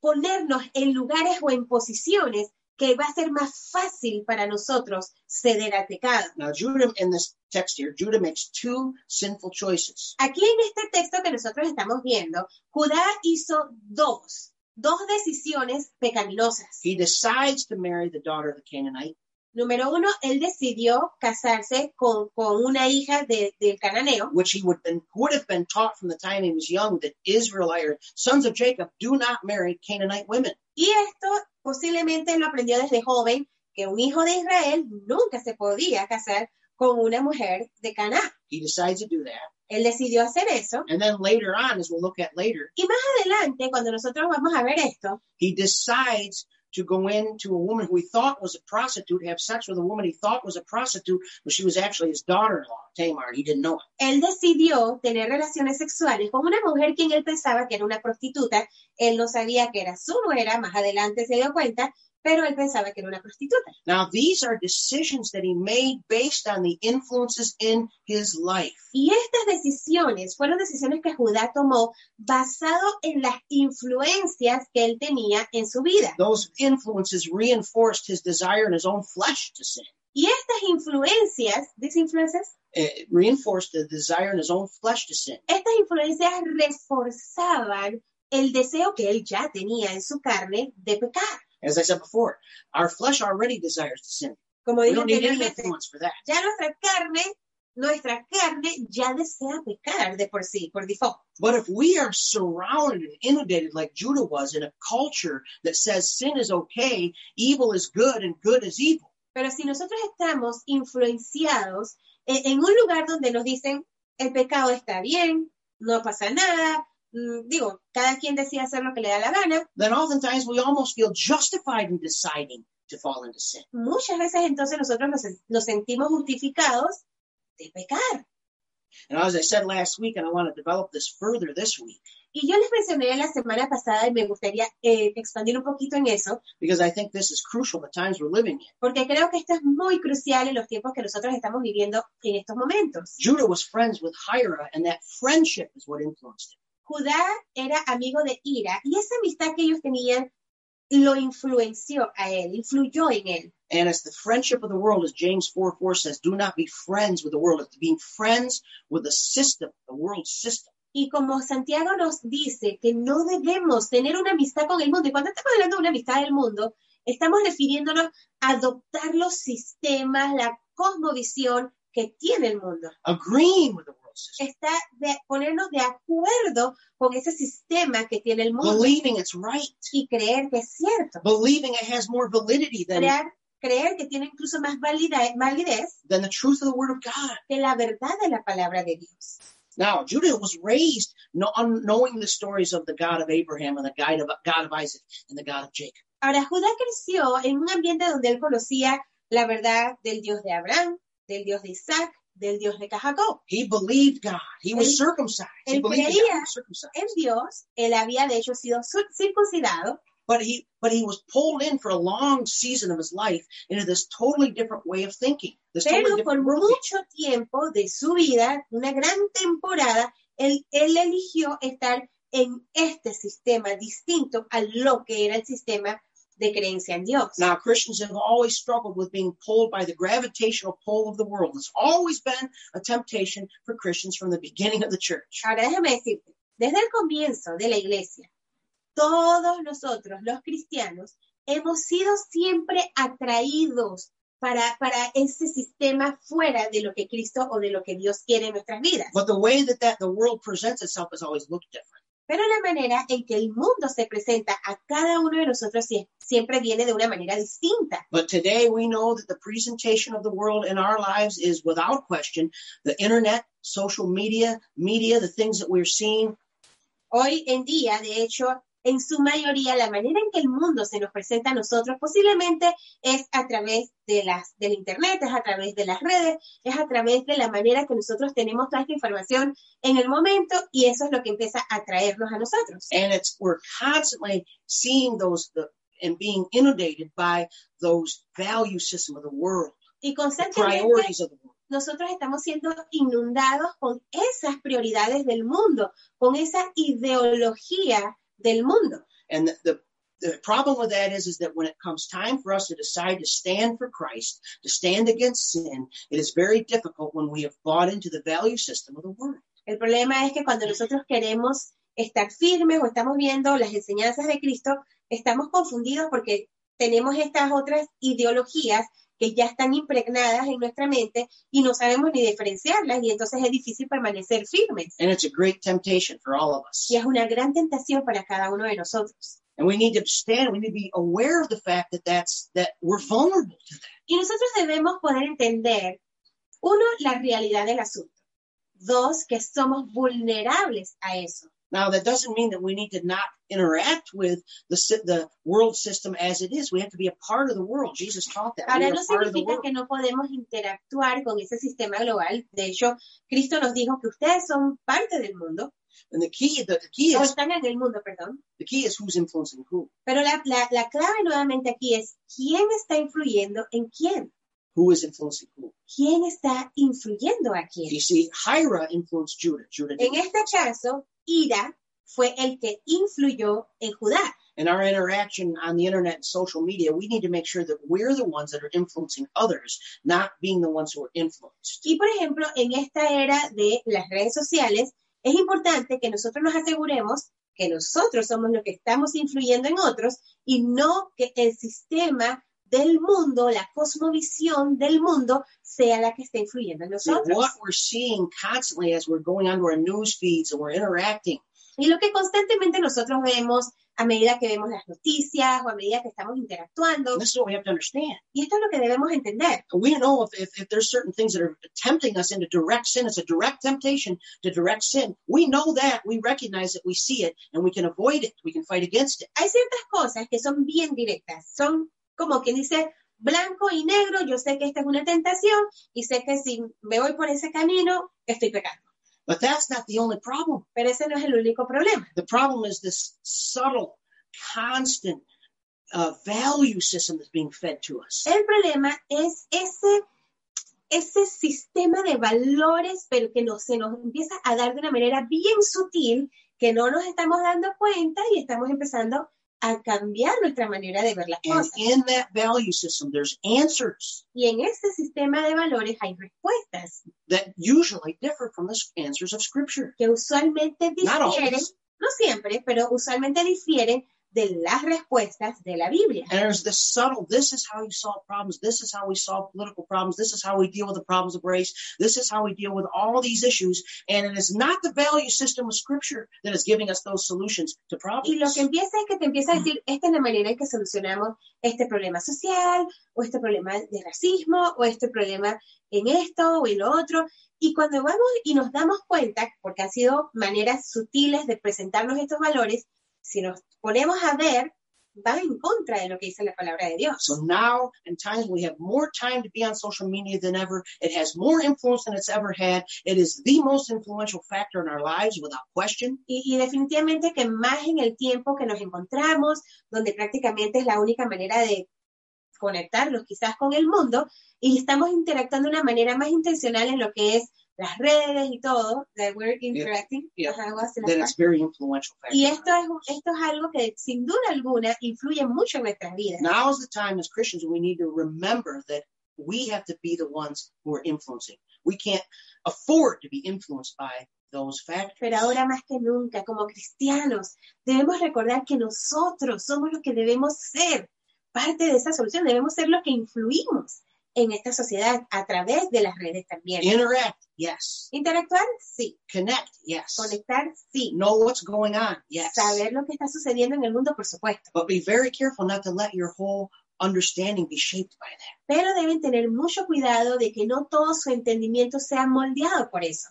S3: ponernos en lugares o en posiciones que va a ser más fácil para nosotros ceder al pecado.
S2: Now, Judah, in this text here, Judah makes two sinful choices.
S3: Aquí en este texto que nosotros estamos viendo, Judá hizo dos, dos decisiones pecaminosas.
S2: He decides to marry the daughter of the Canaanite,
S3: Número uno, él decidió casarse con, con una hija de- del cananeo,
S2: which he would, been, would have been taught from the time he was young that Israel or sons of Jacob do not marry Canaanite women.
S3: y esto posiblemente lo aprendió desde joven, que un hijo de Israel nunca se podía casar con una mujer de Canaán.
S2: He decides to do that.
S3: Él decidió hacer eso.
S2: And then later on, as we'll look at later,
S3: Y más adelante, cuando nosotros vamos a ver esto,
S2: he decides to go into a woman who he thought was a prostitute, have sex with a woman he thought was a prostitute, but she was actually his daughter-in-law, Tamar. He didn't know it.
S3: él decidió tener relaciones sexuales con una mujer quien él pensaba que era una prostituta. Él no sabía que era su nuera, más adelante se dio cuenta, pero él pensaba que era una prostituta.
S2: Now, these are decisions that he made based on the influences in his life.
S3: Y estas decisiones fueron decisiones que Judá tomó basado en las influencias que él tenía en su vida.
S2: Those influences reinforced his desire in his own flesh to sin.
S3: Y estas influencias, ¿dice influencias?
S2: It reinforced the desire in his own flesh to sin.
S3: Estas influencias reforzaban el deseo que él ya tenía en su carne de pecar.
S2: As I said before, our flesh already desires to sin.
S3: Como
S2: We
S3: dije
S2: don't need any
S3: anteriormente,
S2: influence for that.
S3: ya nuestra carne, nuestra carne ya desea pecar de por sí, por default.
S2: But if we are surrounded and inundated like Judah was in a culture that says sin is okay, evil is good, and good is evil,
S3: Pero si nosotros estamos influenciados eh, en un lugar donde nos dicen el pecado está bien, no pasa nada, mm, digo, cada quien decide hacer lo que le da la gana,
S2: then oftentimes we almost feel justified in deciding to fall into sin.
S3: muchas veces entonces nosotros nos, nos sentimos justificados de pecar.
S2: And as I said last week, and I want to develop this further this week,
S3: Y yo les mencioné la semana pasada y me gustaría eh, expandir un poquito en eso,
S2: because I think this is crucial in the times we're living in.
S3: porque creo que esto es muy crucial en los tiempos que nosotros estamos viviendo en estos momentos.
S2: Judah was friends with Hira, and that friendship is what influenced him.
S3: Judá era amigo de Ira y esa amistad que ellos tenían lo influenció a él, influyó en él.
S2: And it's the friendship of the world, as James 4 4 says, do not be friends with the world. It's being friends with the system, the world system.
S3: Y como Santiago nos dice que no debemos tener una amistad con el mundo, y cuando estamos hablando de una amistad del mundo, estamos refiriéndonos a adoptar los sistemas, la cosmovisión que tiene el mundo.
S2: agreeing with the world system,
S3: Está de ponernos de acuerdo con ese sistema que tiene el mundo
S2: believing it's right,
S3: y creer que es cierto.
S2: believing it has more validity than,
S3: Crear- creer que tiene incluso más valida- validez
S2: than the truth of the Word of God.
S3: que la verdad de la palabra de Dios.
S2: Now, Judah was raised kno- un- knowing the stories of the God of Abraham and the God of, God of Isaac and the God of Jacob.
S3: Ahora, Judá creció en un ambiente donde él conocía la verdad del Dios de Abraham, del Dios de Isaac, del Dios de Jacob.
S2: He believed God. He was
S3: Él-
S2: circumcised. He
S3: él
S2: believed in God. He
S3: creía
S2: was circumcised.
S3: En Dios, él había de hecho sido cir- circuncidado,
S2: But he, but he was pulled in for a long season of his life into this totally different way of thinking. This totally
S3: pero por
S2: different worldview.
S3: mucho tiempo de su vida, una gran temporada, él, él eligió estar en este sistema distinto a lo que era el sistema de creencia en Dios.
S2: Now, Christians have always struggled with being pulled by the gravitational pull of the world. It's always been a temptation for Christians from the beginning of the church.
S3: Ahora déjame decirte, desde el comienzo de la iglesia, todos nosotros, los cristianos, hemos sido siempre atraídos para, para ese sistema fuera de lo que Cristo o de lo que Dios quiere en nuestras vidas.
S2: But the way that, that the world presents itself has always looked different.
S3: Pero la manera en que el mundo se presenta a cada uno de nosotros sie- siempre viene de una manera distinta.
S2: But today we know that the presentation of the world in our lives is without question the internet, social media, media, the things that we're seeing.
S3: Hoy en día, de hecho, en su mayoría, la manera en que el mundo se nos presenta a nosotros posiblemente es a través de las, del Internet, es a través de las redes, es a través de la manera que nosotros tenemos toda esta información en el momento y eso es lo que empieza a atraernos a nosotros.
S2: And it's we're constantly seeing those the, and being inundated by those value system of the world,
S3: Y
S2: the
S3: constantemente
S2: priorities of the world.
S3: nosotros estamos siendo inundados con esas prioridades del mundo, con esa ideología del mundo.
S2: And the, the the problem with that is, is that when it comes time for us to decide to stand for Christ, to stand against sin, it is very difficult when we have bought into the value system of the world.
S3: El problema es que cuando nosotros queremos estar firmes o estamos viendo las enseñanzas de Cristo, estamos confundidos porque tenemos estas otras ideologías que ya están impregnadas en nuestra mente y no sabemos ni diferenciarlas y entonces es difícil permanecer firmes.
S2: And it's a great temptation for all of us.
S3: Y es una gran tentación para cada uno de nosotros.
S2: And we need to stand, we need to be aware of the fact that that's, that we're vulnerable to that.
S3: Y nosotros debemos poder entender, uno, la realidad del asunto. Dos, que somos vulnerables a eso.
S2: Now, that doesn't mean that we need to not interact with the, sy- the world system as it is. We have to be a part of the world. Jesus taught that. We
S3: Ahora
S2: are
S3: no
S2: a part of the
S3: significa
S2: world.
S3: que no podemos interactuar con ese sistema global. De hecho, Cristo nos dijo que ustedes son parte del mundo,
S2: And the key, the, the key
S3: o
S2: is
S3: están en el mundo, perdón.
S2: the key is who's influencing who,
S3: Pero la, la- la clave nuevamente aquí es quién está influyendo en quién,
S2: who is influencing who.
S3: quién está influyendo a quién.
S2: You see, Hira influenced Judah. Judah
S3: En
S2: did.
S3: este caso, Ira fue el que influyó en Judá.
S2: And our interaction on the internet and social media, we need to make sure that we're the ones that are influencing others, not being the ones who are influenced.
S3: Y por ejemplo, en esta era de las redes sociales, es importante que nosotros nos aseguremos que nosotros somos los que estamos influyendo en otros y no que el sistema del mundo, la cosmovisión del mundo, sea la que esté influyendo en
S2: See,
S3: nosotros.
S2: what we're seeing constantly as we're going onto our news feeds and we're interacting
S3: Y lo que constantemente nosotros vemos a medida que vemos las noticias o a medida que estamos interactuando,
S2: And this is what we have to understand.
S3: y esto es lo que debemos entender.
S2: We know if, if, if there's certain things that are tempting us into direct sin, it's a direct temptation to direct sin. We know that, we recognize it, we see it, and we can avoid it. We can fight against it.
S3: Hay ciertas cosas que son bien directas, son como quien dice blanco y negro, yo sé que esta es una tentación y sé que si me voy por ese camino estoy pecando.
S2: But that's not the only problem.
S3: Pero ese no es el único problema.
S2: The problem is this subtle, constant uh, value system that's being fed to us.
S3: El problema es ese, ese sistema de valores, pero que no, se nos empieza a dar de una manera bien sutil, que no nos estamos dando cuenta y estamos empezando a cambiar nuestra manera de ver las
S2: And
S3: cosas.
S2: in that value system, there's answers
S3: Y en ese sistema de valores hay respuestas
S2: that usually differ from the answers of Scripture.
S3: que usualmente
S2: Claro.
S3: difieren, no siempre, pero usualmente difieren de las respuestas de la Biblia.
S2: And there's this subtle, this is how you solve problems. This is how we solve political problems. This is how we deal with the problems of race. This is how we deal with all these issues. And it is not the value system of scripture that is giving us those solutions to
S3: Y lo
S2: problems.
S3: que empieza es que te empieza a decir, esta es la manera en que solucionamos este problema social, o este problema de racismo, o este problema en esto, o en lo otro. Y cuando vamos y nos damos cuenta, porque han sido maneras sutiles de presentarnos estos valores, si nos ponemos a ver, va en contra de lo que dice la palabra de Dios.
S2: So now in times we have more time to be on social media than ever. It has more influence than it's ever had. It is the most influential factor in our lives without question.
S3: Y, y definitivamente que más en el tiempo que nos encontramos, donde prácticamente es la única manera de conectarnos quizás con el mundo, y estamos interactuando de una manera más intencional en lo que es las redes y todo, that we're interacting.
S2: yeah.
S3: Ajá, voy a hacer la
S2: Then it's very influential factor.
S3: parte. Y esto es, un- esto es algo que sin duda alguna influye mucho en nuestras vidas.
S2: Now is the time as Christians we need to remember that we have to be the ones who are influencing. We can't afford to be influenced by those factors.
S3: Pero ahora más que nunca, como cristianos, debemos recordar que nosotros somos los que debemos ser parte de esa solución, debemos ser los que influimos en esta sociedad a través de las redes también.
S2: Interact, yes.
S3: Interactuar, sí.
S2: Connect, yes.
S3: Conectar, sí.
S2: Know what's going on, yes.
S3: Saber lo que está sucediendo en el mundo, por supuesto.
S2: But be very careful not to let your whole understanding be shaped by that.
S3: Pero deben tener mucho cuidado de que no todo su entendimiento sea moldeado por eso.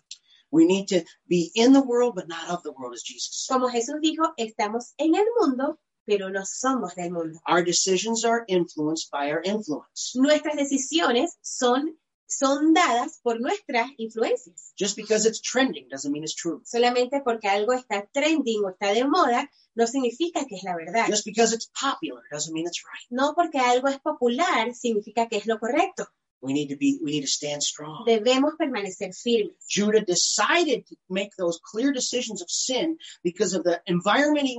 S2: We need to be in the world but not of the world, as Jesus said.
S3: Como Jesús dijo, estamos en el mundo, pero no somos del mundo.
S2: Our decisions are influenced by our influence.
S3: nuestras decisiones son, son dadas por nuestras influencias.
S2: Just because it's trending doesn't mean it's true.
S3: Solamente porque algo está trending o está de moda, no significa que es la verdad.
S2: Just because it's popular doesn't mean it's right.
S3: No porque algo es popular, significa que es lo correcto.
S2: We need to be we need to stand strong.
S3: Debemos permanecer firmes.
S2: Judah decided to make those clear decisions of sin because of the environment he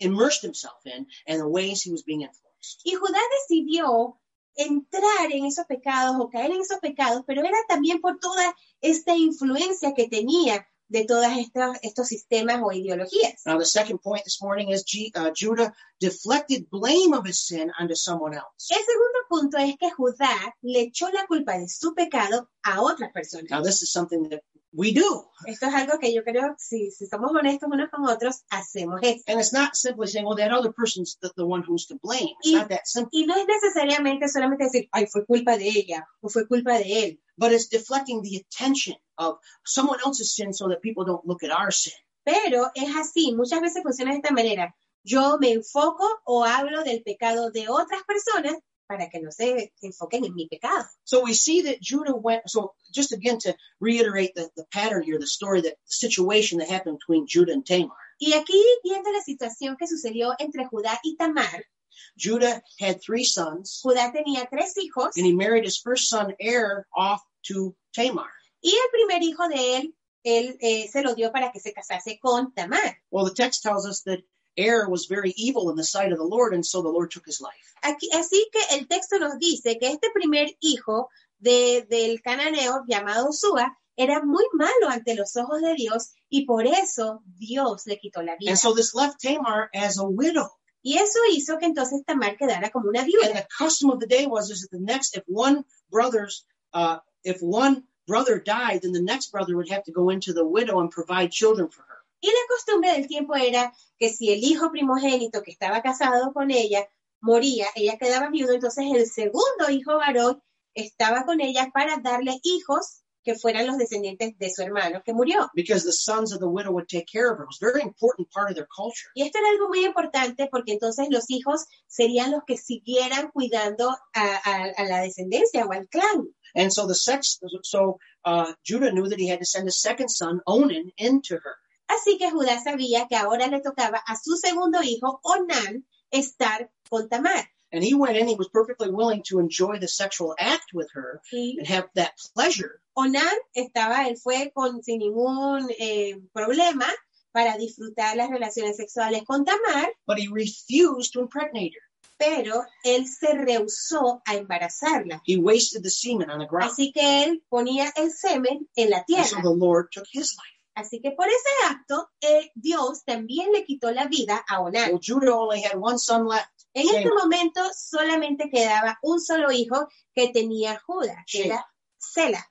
S2: immersed himself in and the ways he was being influenced.
S3: Y Judá decidió entrar en esos pecados o caer en esos pecados, pero era también por toda esta influencia que tenía de todos estos, estos sistemas o ideologías.
S2: Now, the second point this morning is G, uh, Judah deflected blame of his sin onto someone else.
S3: El segundo punto es que Judá le echó la culpa de su pecado a otras personas.
S2: Ah. Now, this is something that We do.
S3: Esto es algo que yo creo, si, si somos honestos unos con otros, hacemos esto.
S2: And it's not simply saying, well, that other person's the, the one who's to blame. It's
S3: Y-
S2: not that simple.
S3: Y no es necesariamente solamente decir, ay, fue culpa de ella o fue culpa de él,
S2: But it's deflecting the attention of someone else's sin so that people don't look at our sin.
S3: pero es así, muchas veces funciona de esta manera. Yo me enfoco o hablo del pecado de otras personas para que no se enfoquen en mi pecado.
S2: So we see that Judah went. So just again to reiterate the, the pattern here, the story, that the situation that happened between Judah and Tamar.
S3: Y aquí, viendo la situación que sucedió entre Judá y Tamar,
S2: Judah had three sons,
S3: Judá tenía tres hijos
S2: and he married his first son, Er, off to Tamar.
S3: y el primer hijo de él, él eh, se lo dio para que se casase con Tamar.
S2: Well, the text tells us that Er was very evil in the sight of the Lord, and so the Lord took his life.
S3: Aquí, así que el texto nos dice que este primer hijo de- del cananeo llamado Sua era muy malo ante los ojos de Dios y por eso Dios le quitó la vida.
S2: And so this left Tamar as a widow.
S3: y eso hizo que entonces Tamar quedara como una
S2: And
S3: viuda.
S2: the custom of the day was is that the next, if one brother's, uh, if one brother died, then the next brother would have to go into the widow and provide children for her.
S3: Y la costumbre del tiempo era que si el hijo primogénito que estaba casado con ella moría, ella quedaba viuda, entonces el segundo hijo varón estaba con ella para darle hijos que fueran los descendientes de su hermano que murió.
S2: because the sons of the widow would take care of her. It was a very important part of their culture.
S3: Y esto era algo muy importante porque entonces los hijos serían los que siguieran cuidando a, a- a la descendencia o al clan.
S2: And so the sex, so uh, Judah knew that he had to send his second son, Onan, into her.
S3: Así que Judá sabía que ahora le tocaba a su segundo hijo, Onán, estar con Tamar.
S2: And he went in, he was perfectly willing to enjoy the sexual act with her
S3: Y
S2: and have that pleasure.
S3: Onán estaba, él fue con, sin ningún eh, problema para disfrutar las relaciones sexuales con Tamar,
S2: But he refused to impregnate her.
S3: pero él se rehusó a embarazarla.
S2: He wasted the semen on the ground.
S3: Así que él ponía el semen en la
S2: And so
S3: tierra.
S2: the Lord took his life.
S3: Así que por ese acto, eh, Dios también le quitó la vida a Onán.
S2: Well, Judah only had one son left,
S3: En este
S2: Shema.
S3: momento solamente quedaba un solo hijo que tenía Judá, que
S2: Shema.
S3: era Sela.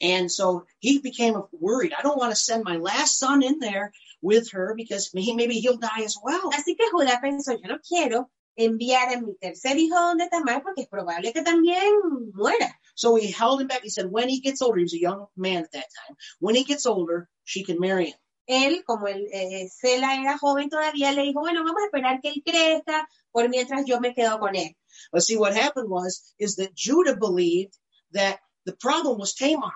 S2: And so he became worried. I don't want to send my last son in there with her because he, maybe he'll die as well.
S3: Así que Judá pensó, yo no quiero enviar a mi tercer hijo donde Tamar porque es probable que también muera.
S2: So he held him back. He said, when he gets older, he was a young man at that time. When he gets older, she can marry him.
S3: Él, como el eh, Sela era joven todavía, le dijo, bueno, vamos a esperar que él crezca por mientras yo me quedo con él.
S2: But see, what happened was, is that Judah believed that the problem was Tamar.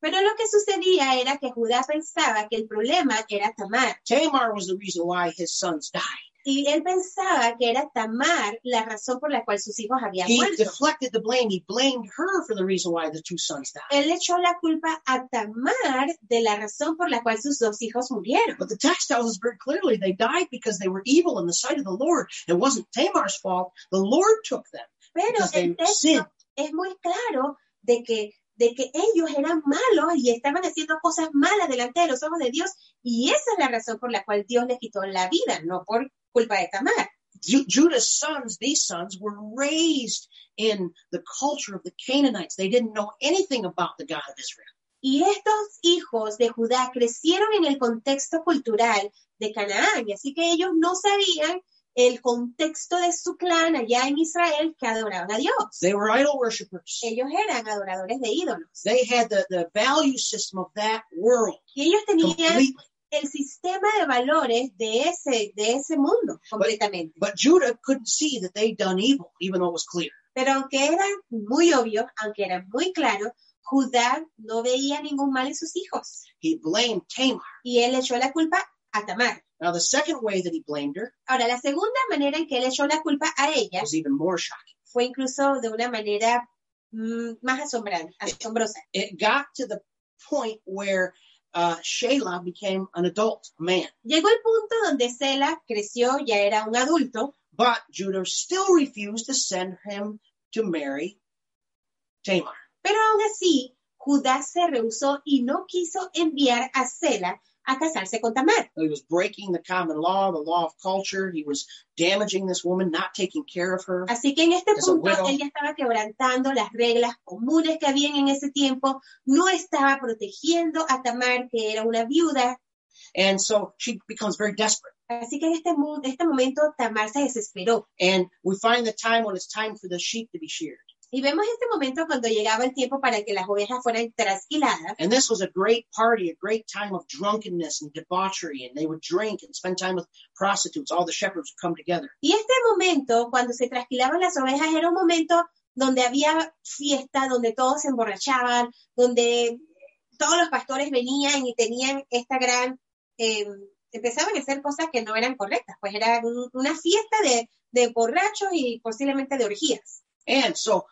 S3: Pero lo que sucedía era que Judá pensaba que el problema era Tamar.
S2: Tamar was the reason why his sons died.
S3: Y él pensaba que era Tamar la razón por la cual sus hijos habían
S2: He
S3: muerto.
S2: deflected the blame. He blamed her for the reason why the two sons died.
S3: Él echó la culpa a Tamar de la razón por la cual sus dos hijos murieron.
S2: But the text tells us very clearly they died because they were evil in the sight of the Lord. It wasn't Tamar's fault. The Lord took them
S3: Pero
S2: because they
S3: el
S2: sinned.
S3: texto es muy claro de que, de que ellos eran malos y estaban haciendo cosas malas delante de los ojos de Dios. Y esa es la razón por la cual Dios les quitó la vida, no por culpa de Tamar.
S2: Ju- Judah's sons, these sons, were raised in the culture of the Canaanites. They didn't know anything about the God of Israel.
S3: Y estos hijos de Judá crecieron en el contexto cultural de Canaán, y así que ellos no sabían el contexto de su clan allá en Israel que adoraban a Dios.
S2: They were idol worshippers.
S3: Ellos eran adoradores de ídolos.
S2: They had the, the value system of that world
S3: Y ellos tenían
S2: completely.
S3: el sistema de valores de ese, de ese mundo completamente.
S2: But Judah couldn't see that they'd done evil, even though it was clear.
S3: Pero aunque era muy obvio, aunque era muy claro, Judá no veía ningún mal en sus hijos.
S2: He blamed Tamar.
S3: Y él echó la culpa a Tamar.
S2: Now, the second way that he blamed her
S3: Ahora, la segunda manera en que él echó la culpa a ella
S2: was even more shocking.
S3: fue incluso de una manera mm, más asombrante, asombrosa.
S2: It got to the point where uh, Shelah became an adult, a man.
S3: Llegó el punto donde Sela creció, ya era un adulto,
S2: But Judah still refused to send him to marry Tamar.
S3: pero aún así Judá se rehusó y no quiso enviar a Sela a casarse con Tamar.
S2: He was breaking the common law, the law of culture. He was damaging this woman, not taking care of her.
S3: Así que en este
S2: As a
S3: punto
S2: widow.
S3: ella estaba quebrantando las reglas comunes que habían en ese tiempo, no estaba protegiendo a Tamar, que era una viuda.
S2: And so she becomes very desperate.
S3: Así que en este, mu- este momento Tamar se desesperó.
S2: And we find the time when it's time for the sheep to be sheared.
S3: Y vemos este momento cuando llegaba el tiempo para que las ovejas fueran trasquiladas.
S2: And this was a great party, a great time of drunkenness and debauchery. And they would drink and spend time with prostitutes. All the shepherds would come together.
S3: Y este momento, cuando se trasquilaban las ovejas, era un momento donde había fiesta, donde todos se emborrachaban, donde todos los pastores venían y tenían esta gran... eh, empezaban a hacer cosas que no eran correctas, pues era un- una fiesta de, de borrachos y posiblemente de orgías.
S2: And so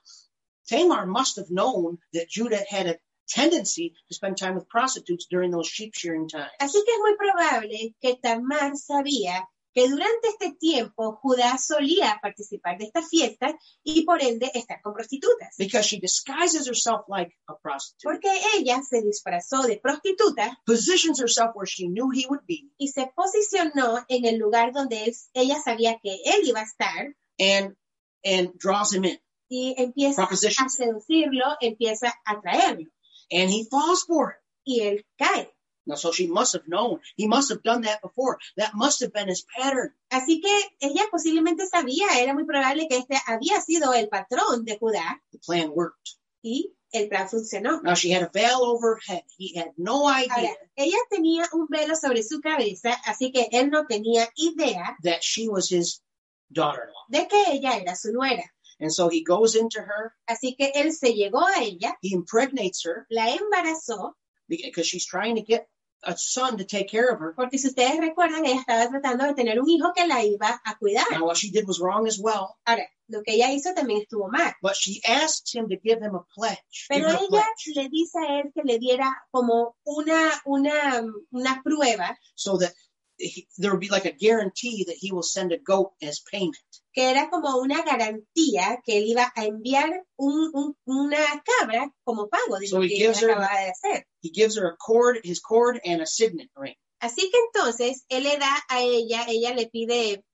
S2: Tamar must have known that Judah had a tendency to spend time with prostitutes during those sheep shearing times.
S3: Así que es muy probable que Tamar sabía que durante este tiempo Judá solía participar de estas fiestas y por ende estar con prostitutas.
S2: Because she disguises herself like a prostitute,
S3: Porque ella se disfrazó de prostituta
S2: positions herself where she knew he would be,
S3: y se posicionó en el lugar donde él- ella sabía que él iba a estar
S2: and and draws him in.
S3: y empieza a
S2: Propositions.
S3: seducirlo, empieza a atraerlo
S2: And he falls for it.
S3: y él cae.
S2: Now, so she must have known. He must have done that before. That must have been his pattern.
S3: Así que ella posiblemente sabía, era muy probable que este había sido el patrón de Judá
S2: The plan worked.
S3: y el plan funcionó.
S2: Now she had a veil over her head. He had no idea
S3: Ahora, ella tenía un velo sobre su cabeza, así que él no tenía idea
S2: that she was his daughter-in-law.
S3: de que ella era su nuera.
S2: And so he goes into her.
S3: Así que él se llegó a ella,
S2: He impregnates her
S3: la embarazó,
S2: because she's trying to get a son to take care of her.
S3: porque si ustedes recuerdan, ella estaba tratando de tener un hijo que la iba a cuidar.
S2: Now, what she did was wrong as well,
S3: Ahora, lo que ella hizo también estuvo mal.
S2: but she asks him to give him a pledge. Give
S3: Pero
S2: her a
S3: ella
S2: pledge
S3: le dice a él que le diera como una, una, una prueba,
S2: so that he, there would be like a guarantee that he will send a goat as payment.
S3: que era como una garantía que él iba a enviar un, un- una cabra como pago de
S2: So
S3: lo
S2: he
S3: que ella
S2: gives her-
S3: acababa de hacer.
S2: He gives her a cord, his cord, and a signet ring.
S3: Así que entonces él le da a ella, ella le pide,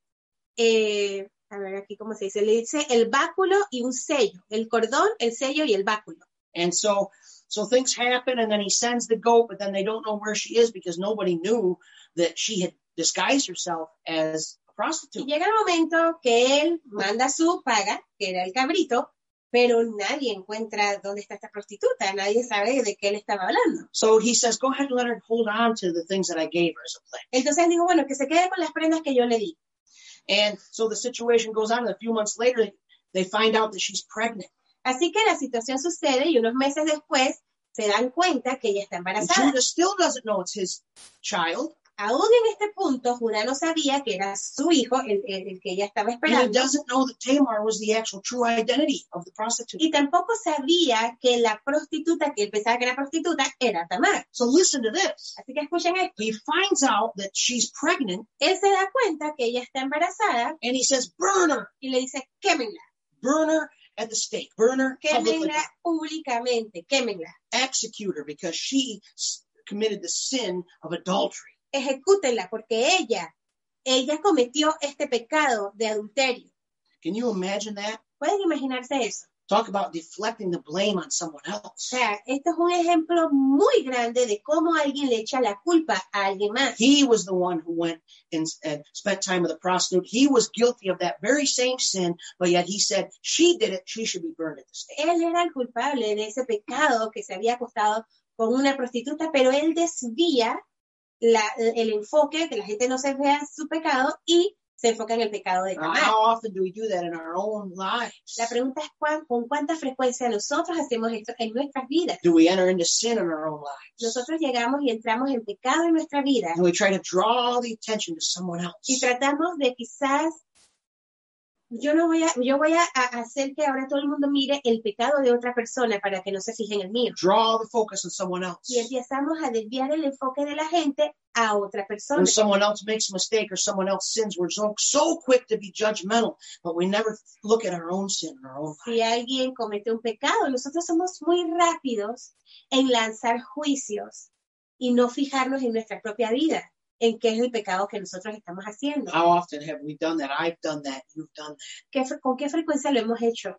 S3: eh, a ver aquí cómo se dice, le dice el báculo y un sello, el cordón, el sello y el báculo.
S2: And so, so things happen, and then he sends the goat, but then they don't know where she is because nobody knew that she had disguised herself as a
S3: Y
S2: prostitute.
S3: llega el momento que él manda su paga, que era el cabrito, pero nadie encuentra dónde está esta prostituta, nadie sabe de qué él estaba hablando.
S2: So he says, "Go ahead and let her hold on to the things that I gave her as a pledge."
S3: Entonces él dijo, bueno, que se quede con las prendas que yo le di.
S2: And so the situation goes on, and a few months later, they find out that she's pregnant.
S3: Así que la situación sucede y unos meses después se dan cuenta que ella está
S2: And
S3: embarazada.
S2: Judah still doesn't know it's his child,
S3: Aún en este punto, Judá no sabía que era su hijo el, el- el que ella
S2: and
S3: estaba
S2: he
S3: esperando.
S2: doesn't know that Tamar was the actual true identity of the prostitute.
S3: Y tampoco sabía que la prostituta, que él pensaba que era prostituta, era Tamar.
S2: So listen to this.
S3: Así que escuchen esto.
S2: He finds out that she's pregnant,
S3: Él se da cuenta que ella está embarazada
S2: and he says, "Burn her."
S3: y le dice, quémenla.
S2: burner at the stake, burner publicly,
S3: quémenla públicamente, quémenla,
S2: executor, because she s- committed the sin of adultery.
S3: ejecútenla, porque ella, ella cometió este pecado de adulterio.
S2: Can you imagine that?
S3: Pueden imaginarse eso.
S2: Talk about deflecting the blame on someone
S3: O
S2: else.
S3: sea, esto es un ejemplo muy grande de cómo alguien le echa la culpa a alguien más.
S2: He was the one who went and, and spent time with a prostitute. He was guilty of that very same sin, but yet he said she did it. She should be burned at the stake.
S3: Él era el culpable de ese pecado que se había acostado con una prostituta, pero él desvía la- el enfoque, que la gente no se vea su pecado y se enfoca en el pecado de
S2: Now,
S3: Tamar.
S2: how often do we do that in our own lives?
S3: La pregunta es cuán- con cuánta frecuencia nosotros hacemos esto en nuestras vidas.
S2: Do we enter into sin in our own lives?
S3: Nosotros llegamos y entramos en pecado en nuestra vida
S2: And we try to draw the attention to someone
S3: y
S2: else.
S3: tratamos de quizás, yo no voy a, yo voy a, a hacer que ahora todo el mundo mire el pecado de otra persona para que no se fije en el mío.
S2: Draw the focus on someone else.
S3: Y empezamos a desviar el enfoque de la gente a otra persona.
S2: when someone else makes a mistake or someone else sins, we're so, so quick to be judgmental, but we never look at our own sin and our own life.
S3: Si alguien comete un pecado, nosotros somos muy rápidos en lanzar juicios y no fijarnos en nuestra propia vida, en qué es el pecado que nosotros estamos haciendo.
S2: How often have we done that? I've done that. You've done that.
S3: ¿Qué fre- ¿Con qué frecuencia lo hemos hecho?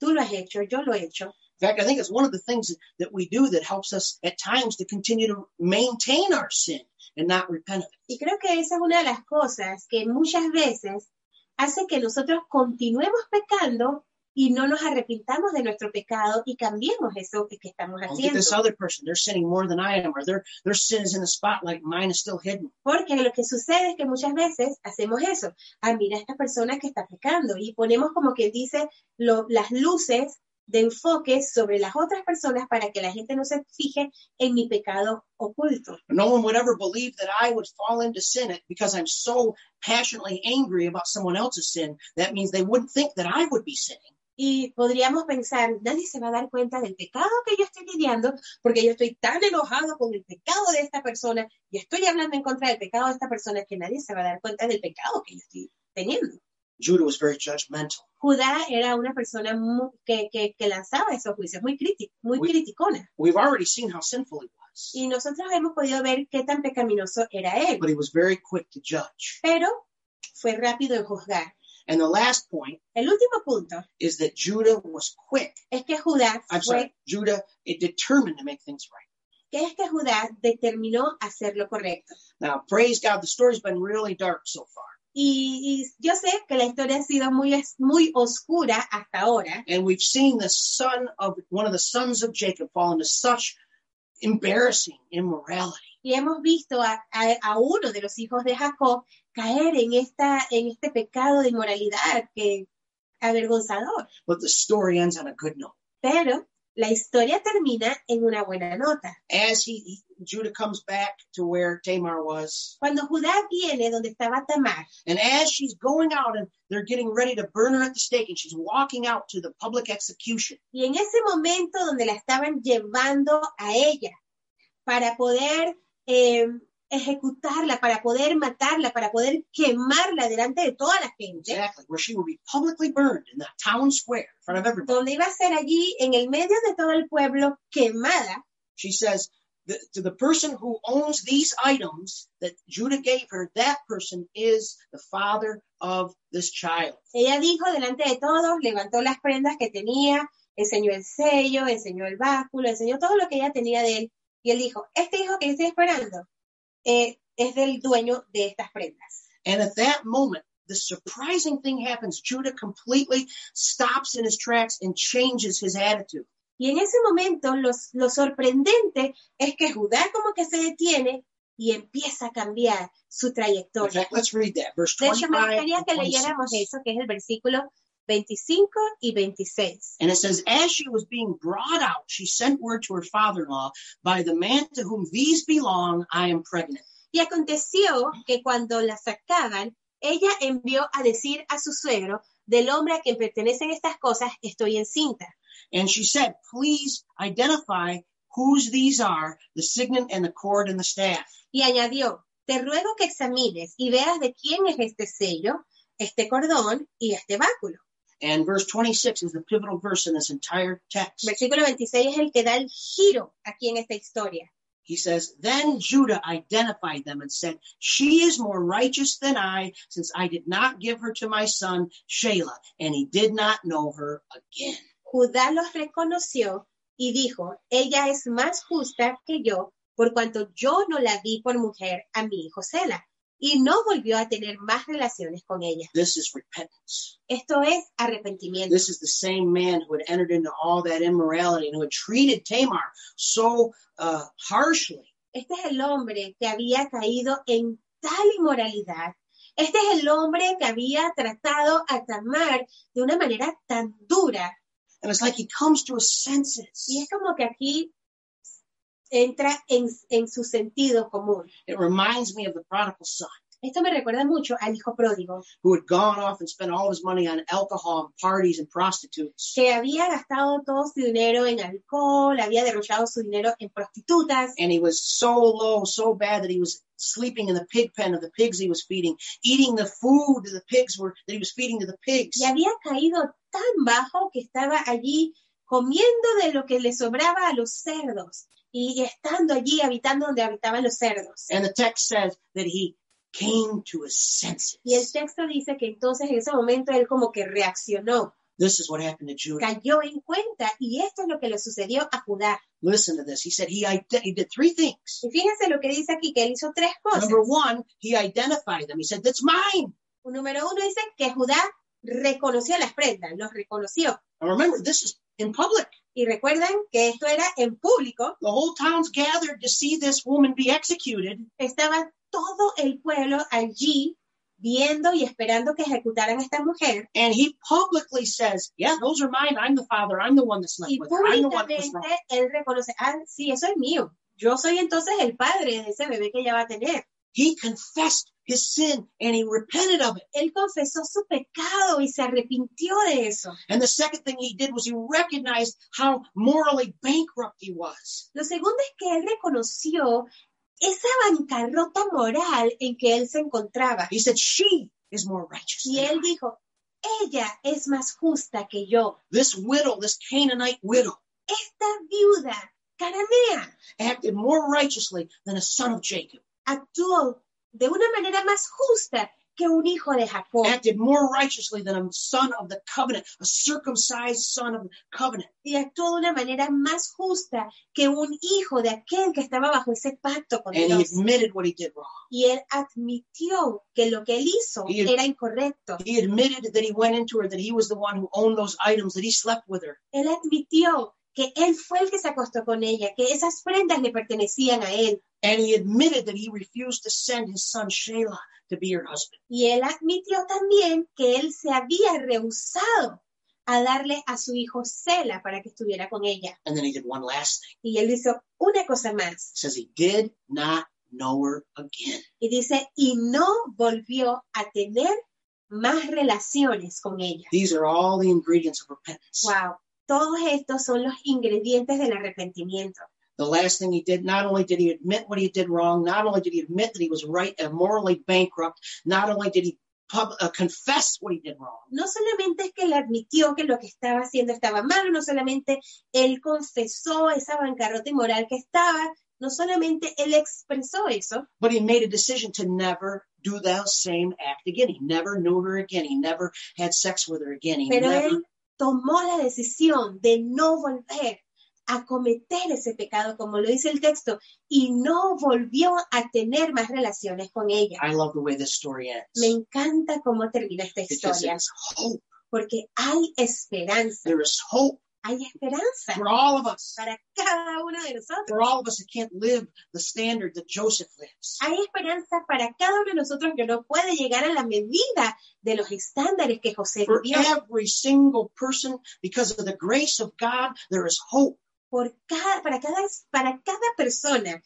S3: Tú lo has hecho, yo lo he hecho.
S2: In fact, I think it's one of the things that we do that helps us at times to continue to maintain our sin and not repent of it.
S3: Y creo que esa es una de las cosas que muchas veces hace que nosotros continuemos pecando y no nos arrepintamos de nuestro pecado y cambiemos eso que que estamos
S2: Look at
S3: haciendo.
S2: this other person. They're sinning more than I am, or their their sin is in the spotlight. Mine is still hidden.
S3: Porque lo que sucede es que muchas veces hacemos eso. Ah, mira a esta persona que está pecando y ponemos como que dice lo- las luces de enfoque sobre las otras personas para que la gente no se fije en mi pecado oculto.
S2: No one would ever believe that I would fall into sin because I'm so passionately angry about someone else's sin. That means they wouldn't think that I would be sinning.
S3: Y podríamos pensar, nadie se va a dar cuenta del pecado que yo estoy lidiando porque yo estoy tan enojado con el pecado de esta persona y estoy hablando en contra del pecado de esta persona que nadie se va a dar cuenta del pecado que yo estoy teniendo.
S2: Judah was very judgmental.
S3: Judá era una persona mu- que, que- que lanzaba esos juicios muy críticos, muy
S2: Uy.
S3: criticona.
S2: We've already seen how sinful he was,
S3: Y nosotros hemos podido ver qué tan pecaminoso era él,
S2: but he was very quick to judge.
S3: pero fue rápido en juzgar.
S2: And the last point
S3: El último punto
S2: is that Judah was quick.
S3: es que Judá
S2: I'm
S3: fue,
S2: sorry, Judah it determined to make things right.
S3: que es que Judá determinó hacer lo correcto.
S2: Now, praise God, the story's been really dark so far,
S3: Y, y yo sé que la historia ha sido muy, es- muy oscura hasta ahora
S2: and we've seen the son of one of the sons of Jacob fall into such embarrassing immorality.
S3: y hemos visto a, a- a uno de los hijos de Jacob caer en, esta, en este pecado de inmoralidad que avergonzador.
S2: But the story ends on a good note.
S3: pero la historia termina en una buena nota.
S2: As he, he Judah comes back to where Tamar was,
S3: Cuando Judá viene donde estaba Tamar
S2: and as she's going out and they're getting ready to burn her at the stake, and she's walking out to the public execution,
S3: y en ese momento donde la estaban llevando a ella para poder eh, ejecutarla, para poder matarla, para poder quemarla delante de toda la gente,
S2: exactly where she will be publicly burned in that town square in front of everybody,
S3: donde iba a ser allí en el medio de todo el pueblo quemada,
S2: she says "The- to the person who owns these items that Judah gave her, that person is the father of this child.
S3: ella dijo delante de todos, levantó las prendas que tenía, enseñó el sello, enseñó el báculo, enseñó todo lo que ella tenía de él. Y él dijo, este hijo que yo estoy esperando eh, es del dueño de estas prendas.
S2: And at that moment, the surprising thing happens. Judah completely stops in his tracks and changes his attitude.
S3: Y en ese momento los- lo sorprendente es que Judá como que se detiene y empieza a cambiar su
S2: In
S3: trayectoria.
S2: fact, let's read that. Verse
S3: De hecho, me
S2: 25.
S3: gustaría
S2: and
S3: que leyéramos
S2: 26.
S3: eso, que es el versículo 25 y 26.
S2: And it says, As she was being brought out, she sent word to her father in law, By the man to whom these belong, I am pregnant.
S3: Y aconteció que cuando la sacaban, ella envió a decir a su suegro, del hombre a quien pertenecen estas cosas, estoy encinta.
S2: And she said, Please identify whose these are the signet and the cord and the staff.
S3: Y añadió, te ruego que examines y veas de quién es este sello, este cordón y este báculo.
S2: And verse 26 is the pivotal verse in this entire text.
S3: Versículo 26 es el que da el giro aquí en esta historia.
S2: He says, Then Judah identified them and said, She is more righteous than I, since I did not give her to my son Shelah, and he did not know her again.
S3: Judá los reconoció y dijo, ella es más justa que yo, por cuanto yo no la di por mujer a mi hijo Sela. Y no volvió a tener más relaciones con ella.
S2: This is repentance.
S3: Esto es arrepentimiento.
S2: This is the same man who had entered into all that immorality and who had treated Tamar so uh, harshly.
S3: Este es el hombre que había caído en tal inmoralidad. Este es el hombre que había tratado a Tamar de una manera tan dura.
S2: And it's like he comes to his
S3: Y
S2: senses.
S3: es como que aquí entra en, en su sentido común.
S2: It reminds me of the prodigal son
S3: Esto me recuerda mucho al hijo pródigo,
S2: who had gone off and spent all his money on alcohol and parties and prostitutes.
S3: que había gastado todo su dinero en alcohol, había derrochado su dinero en prostitutas,
S2: and he was so low, so bad that he was sleeping in the pig pen of the pigs he was feeding, eating the food that the pigs were that he was feeding to the pigs.
S3: y había caído tan bajo que estaba allí comiendo de lo que le sobraba a los cerdos y estando allí habitando donde habitaban los cerdos.
S2: And the text says that he came to his senses.
S3: Y el texto dice que entonces en ese momento él como que reaccionó,
S2: This is what happened to Judah.
S3: cayó en cuenta y esto es lo que le sucedió a Judá.
S2: Listen to this. He said he, ide- he did three things.
S3: Y fíjense lo que dice aquí, que él hizo tres cosas.
S2: Number one, he identified them. He said, That's mine.
S3: Número uno dice que Judá reconoció las prendas, los reconoció.
S2: And remember, this is in public.
S3: Y recuerdan que esto era en público,
S2: The whole town's gathered to see this woman be executed.
S3: estaba todo el pueblo allí viendo y esperando que ejecutaran a esta mujer.
S2: And he publicly says, Yeah, those are mine. I'm the father. I'm the one that slept
S3: Y
S2: with her. I'm the one that was wrong.
S3: públicamente él reconoce, ah, sí, eso es mío. Yo soy entonces el padre de ese bebé que ella va a tener.
S2: He confessed his sin and he repented of it.
S3: Él confesó su pecado y se arrepintió de eso.
S2: And the second thing he did was he recognized how morally bankrupt he was.
S3: Lo segundo es que él reconoció esa bancarrota moral en que él se encontraba.
S2: He said, She is more righteous.
S3: Y
S2: than I."
S3: él dijo, ella es más justa que yo.
S2: This widow, this Canaanite widow,
S3: Esta viuda cananea
S2: acted more righteously than a son of Jacob,
S3: actuó de una manera más justa que un hijo de Jacob.
S2: acted more righteously than a son of the covenant, a circumcised son of the covenant.
S3: y actuó de una manera más justa que un hijo de aquel que estaba bajo ese pacto con
S2: And he
S3: Dios.
S2: admitted what he did wrong.
S3: Y él admitió que lo que él hizo
S2: Y él-
S3: era incorrecto.
S2: He admitted that he went into her, that he was the one who owned those items, that he slept with her.
S3: Él admitió que él fue el que se acostó con ella, que esas prendas le pertenecían a él.
S2: And he admitted that he refused to send his son Shelah to be her husband.
S3: Y él admitió también que él se había rehusado a darle a su hijo Cela para que estuviera con ella.
S2: And then he did one last thing.
S3: Y él hizo una cosa más
S2: It says he did not know her again.
S3: y dice, y no volvió a tener más relaciones con ella.
S2: These are all the ingredients of repentance.
S3: Wow, todos estos son los ingredientes del arrepentimiento.
S2: The last thing he did, not only did he admit what he did wrong, not only did he admit that he was right and morally bankrupt, not only did he pub- uh, confess what he did wrong,
S3: No solamente es que él admitió que lo que estaba haciendo estaba malo, no solamente él confesó esa bancarrota inmoral que estaba, no solamente él expresó eso,
S2: but he made a decision to never do that same act again. He never knew her again. He never had sex with her again. He
S3: pero
S2: never
S3: él tomó la decisión de no volver a cometer ese pecado, como lo dice el texto, y no volvió a tener más relaciones con ella.
S2: I love the way this story ends.
S3: Me encanta cómo termina esta
S2: Because
S3: historia,
S2: there's hope.
S3: porque hay esperanza,
S2: There is hope
S3: hay esperanza.
S2: for all of us.
S3: para cada uno de nosotros.
S2: For all of us that can't live the standard that Joseph lives.
S3: Hay esperanza para cada uno de nosotros que no puede llegar a la medida de los estándares que José
S2: For
S3: vivió.
S2: every single person, because of the grace of God, there is hope.
S3: Por cada, para, cada, para cada persona,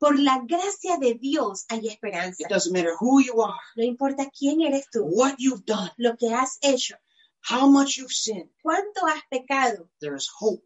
S3: por la gracia de Dios hay esperanza.
S2: It doesn't matter who you are,
S3: No importa quién eres tú,
S2: what you've done,
S3: lo que has hecho,
S2: how much you've sinned,
S3: cuánto has pecado,
S2: there is hope.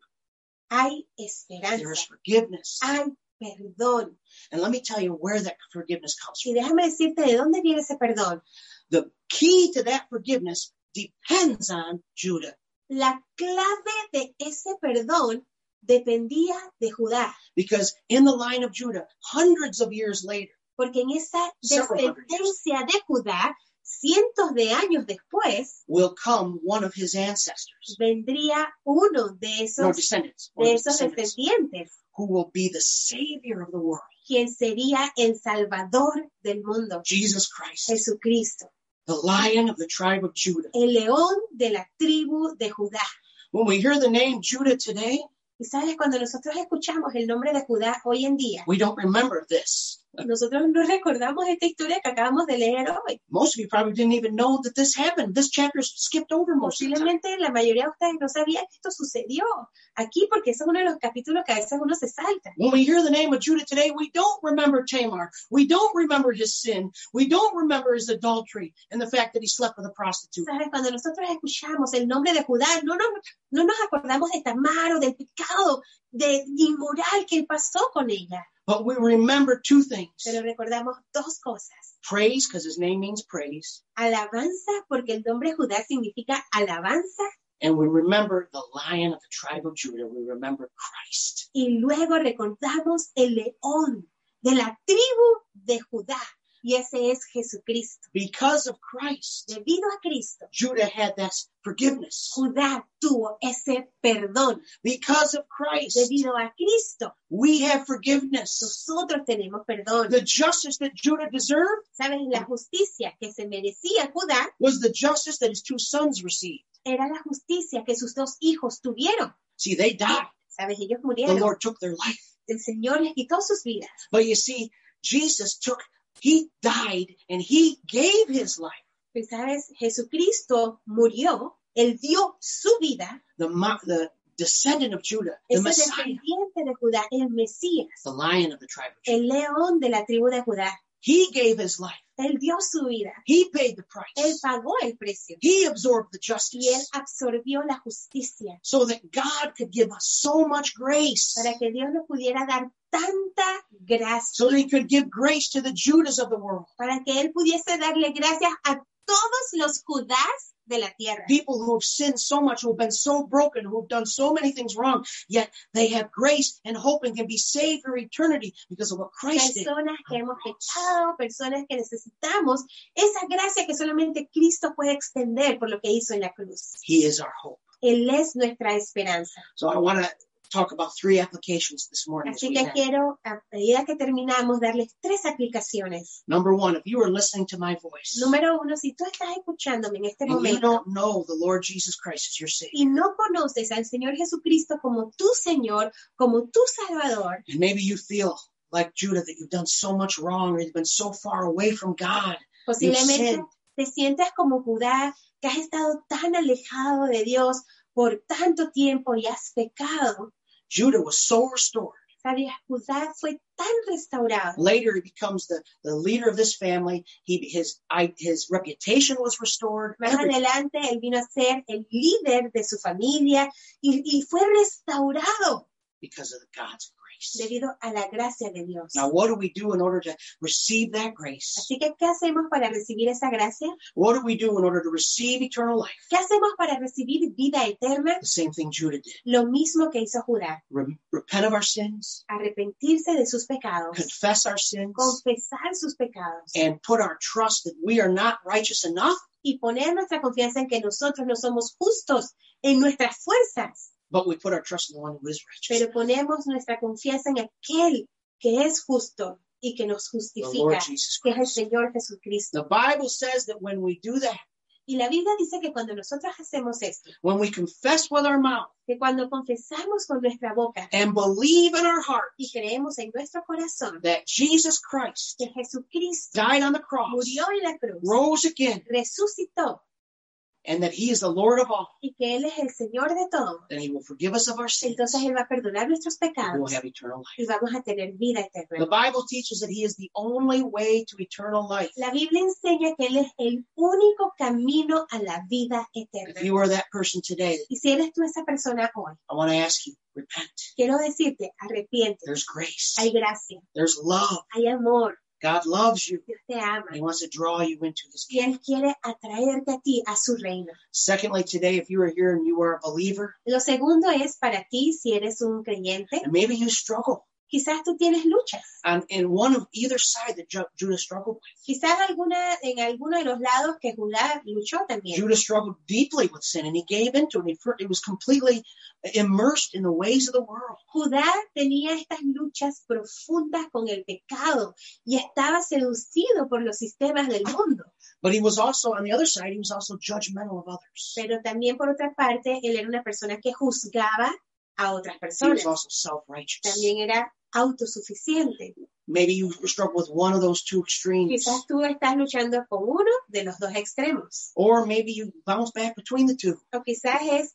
S3: hay
S2: There is
S3: esperanza,
S2: forgiveness.
S3: hay perdón.
S2: And let me tell you where that forgiveness comes from.
S3: Y déjame decirte de dónde viene ese perdón.
S2: The key to that forgiveness depends on Judah.
S3: La clave de ese perdón dependía de Judá.
S2: Because in the line of Judah, hundreds of years later,
S3: porque en esa
S2: Several hundred
S3: descendencia de Judá, cientos de años después,
S2: will come one of his ancestors,
S3: vendría uno de
S2: no
S3: esos,
S2: descendants, one of
S3: de
S2: his
S3: esos
S2: descendants,
S3: descendientes,
S2: who will be the savior of the world,
S3: quien sería el Salvador del mundo,
S2: Jesus Christ,
S3: Jesucristo,
S2: the lion of the tribe of Judah.
S3: el león de la tribu de Judá.
S2: When we hear the name Judah today,
S3: Y sabes, cuando nosotros escuchamos el nombre de Judá hoy en día,
S2: we don't remember this.
S3: nosotros no recordamos esta historia que acabamos de leer hoy.
S2: Most of you probably didn't even know that this happened. This chapter's skipped over most of the time.
S3: Posiblemente la mayoría de ustedes no sabían que esto sucedió aquí, porque ese es uno de los capítulos que a veces uno se salta.
S2: When we hear the name of Judah today, we don't remember Tamar. We don't remember his sin. We don't remember his adultery and the fact that he slept with a prostitute.
S3: ¿Sabes? Cuando nosotros escuchamos el nombre de Judá, no nos, no nos acordamos de Tamar o del pecado de inmoral que pasó con ella,
S2: But we remember two things
S3: pero recordamos dos cosas.
S2: praise, because his name means praise,
S3: Alabanza, porque el nombre Judá significa alabanza,
S2: And we remember the lion of the tribe of Judah. We remember Christ.
S3: y luego recordamos el león de la tribu de Judá, y ese es Jesucristo.
S2: Because of Christ,
S3: Debido a Cristo,
S2: Judah had that forgiveness.
S3: Judá tuvo ese perdón.
S2: Because of Christ,
S3: Debido a Cristo,
S2: we have forgiveness.
S3: nosotros tenemos perdón.
S2: The justice that Judah deserved
S3: ¿Saben? La justicia que se merecía Judá
S2: was the justice that his two sons received.
S3: era la justicia que sus dos hijos tuvieron.
S2: See, they died.
S3: ¿Sabes? Ellos
S2: The
S3: murieron.
S2: Lord took their life.
S3: El Señor les quitó sus vidas.
S2: But you see, Jesus took, he died and he gave his life.
S3: Pues, ¿sabes? Jesucristo murió, Él dio su vida.
S2: The, mo- the descendant of Judah, the
S3: Ese
S2: Messiah,
S3: descendiente de Judá, el Mesías,
S2: the lion of the tribe of Judah.
S3: el león de la tribu de Judá.
S2: He gave his life.
S3: Él dio su vida,
S2: He paid the
S3: Él
S2: price.
S3: pagó el precio
S2: He absorbed the
S3: y Él
S2: justice
S3: absorbió la justicia
S2: so that God could give us so much grace.
S3: para que Dios nos pudiera dar tanta gracia,
S2: So that he could give grace to the Judas of the world.
S3: para que Él pudiese darle gracias a todos los Judás de la tierra.
S2: People who have sinned so much, who have been so broken, who have done so many things wrong, yet they have grace and hope and can be saved for eternity because of what Christ did.
S3: Personas que hemos pecado, personas que necesitamos esa gracia que solamente Cristo puede extender por lo que hizo en la cruz.
S2: He is our hope.
S3: Él es nuestra esperanza.
S2: So I want to talk about three applications this morning. as
S3: Así
S2: we
S3: que
S2: end.
S3: quiero, a medida que terminamos, darles tres aplicaciones.
S2: Number one, if you are listening to my voice
S3: Número uno, si tú estás escuchándome en este
S2: and you
S3: momento
S2: don't know the Lord Jesus Christ as your Savior,
S3: y no conoces al Señor Jesucristo como tu Señor, como tu Salvador,
S2: and maybe you feel like Judah that you've done so much wrong or you've been so far away from God,
S3: posiblemente
S2: Sin.
S3: te sientas como Judá, que has estado tan alejado de Dios por tanto tiempo y has pecado.
S2: Judah was so restored.
S3: Sabías, Judá fue tan restaurado.
S2: Later, he becomes the, the leader of this family. He his I, his reputation was restored.
S3: Más
S2: Everything.
S3: adelante, él vino a ser el líder de su familia y, y fue restaurado
S2: because of God's grace.
S3: debido a la gracia de Dios.
S2: Now, what do we do in order to receive that grace?
S3: Así que, ¿qué hacemos para recibir esa gracia?
S2: What do we do in order to receive eternal life?
S3: ¿Qué hacemos para recibir vida eterna?
S2: The same thing Judah did.
S3: Lo mismo que hizo Judá,
S2: Re- repent of our sins,
S3: arrepentirse de sus pecados,
S2: confess our
S3: Oh.
S2: sins,
S3: confesar sus pecados
S2: and put our trust that we are not righteous enough,
S3: y poner nuestra confianza en que nosotros no somos justos en nuestras fuerzas,
S2: but we put our trust in the one who is righteous,
S3: pero ponemos nuestra confianza en aquel que es justo y que nos
S2: the Lord
S3: justifica,
S2: Jesus
S3: que es el
S2: Christ.
S3: Señor Jesucristo.
S2: The Bible says that when we do that,
S3: Y la Biblia dice que cuando nosotros hacemos esto,
S2: when we confess with our mouth
S3: que cuando confesamos con nuestra boca
S2: and believe in our heart
S3: y creemos en nuestro corazón
S2: that Jesus Christ
S3: que Jesucristo
S2: died on the cross,
S3: murió en la cruz,
S2: rose again,
S3: resucitó
S2: and that he is the Lord of all,
S3: y que Él es el Señor de todo,
S2: then he will forgive us of our sins.
S3: entonces Él va a perdonar nuestros
S2: and We'll
S3: pecados
S2: have eternal life.
S3: y vamos a tener vida
S2: The
S3: eterna.
S2: Bible teaches that he is the only way to eternal life.
S3: La Biblia enseña que Él es el único camino a la vida
S2: If
S3: eterna.
S2: you are that person today,
S3: Y si eres tú esa persona hoy,
S2: I want to ask you, repent.
S3: quiero decirte, arrepiente,
S2: There's grace.
S3: hay gracia,
S2: There's love.
S3: hay amor,
S2: God loves you.
S3: Dios te ama.
S2: And he wants to draw you into his
S3: Y
S2: kingdom.
S3: Él quiere atraerte a ti, a su reino.
S2: Secondly, today, if you are here and you are a believer,
S3: Lo segundo es para ti, si eres un creyente,
S2: and maybe you struggle
S3: quizás tú tienes luchas,
S2: on in one of either side that Ju- Judah struggled with.
S3: quizás alguna, en alguno de los lados que Judá luchó también.
S2: Judah struggled deeply with sin and he gave into it. He, fir- he was completely immersed in the ways of the world.
S3: Judá tenía estas luchas profundas con el pecado y estaba seducido por los sistemas del mundo,
S2: But he was also, on the other side, he was also judgmental of others.
S3: pero también por otra parte, él era una persona que juzgaba a otras
S2: He was
S3: personas,
S2: also self righteous.
S3: también era autosuficiente.
S2: Maybe you struggle with one of those two extremes.
S3: Quizás tú estás luchando con uno de los dos extremos.
S2: Or maybe you bounce back between the two.
S3: O quizás es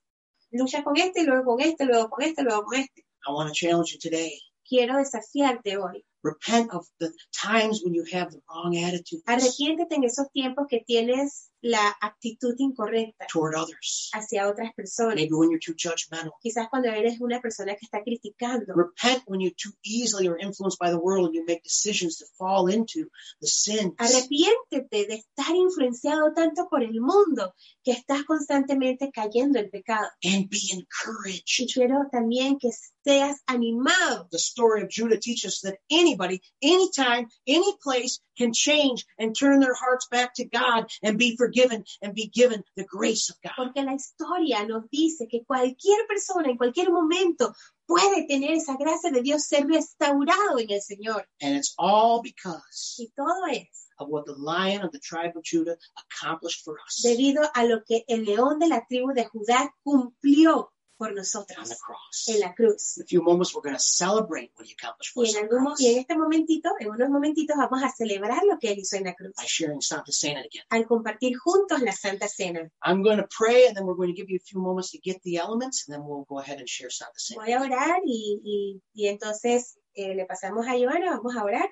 S3: lucha con este, luego con este, luego con este, luego con este.
S2: I want to challenge you today.
S3: Quiero desafiarte hoy
S2: Repent of the times when you have the wrong attitude
S3: Arrepiéntete en esos tiempos que tienes la actitud incorrecta
S2: toward others.
S3: hacia otras personas.
S2: Maybe when you're too judgmental.
S3: Quizás cuando eres una persona que está criticando.
S2: Repent when you too easily are influenced by the world and you make decisions to fall into the sins.
S3: Arrepiéntete de estar influenciado tanto por el mundo que estás constantemente cayendo en pecado.
S2: And be encouraged.
S3: Y quiero también que seas animado.
S2: The story of Judah teaches that anybody, anytime, any place can change and turn their hearts back to God and be forgiven and be given the grace of God.
S3: Porque la historia nos dice que cualquier persona en cualquier momento puede tener esa gracia de Dios ser restaurado en el Señor.
S2: And it's all because
S3: Y todo es
S2: of what the lion of the tribe of Judah accomplished for us
S3: debido a lo que el león de la tribu de Judá cumplió por
S2: on the
S3: nosotros
S2: cross.
S3: en la cruz.
S2: In a few moments, we're going to celebrate what he accomplished for
S3: Y
S2: us.
S3: en,
S2: on the
S3: algún mo-
S2: cross
S3: y en este momentito, en unos momentitos, vamos a celebrar lo que él hizo en la cruz
S2: By sharing Santa Cena again.
S3: al compartir juntos la Santa Cena.
S2: I'm going to pray, and then we're going to give you a few moments to get the elements, and then we'll go ahead and share Santa Cena.
S3: Voy a orar y, y- y entonces eh, le pasamos a Giovanna, vamos a orar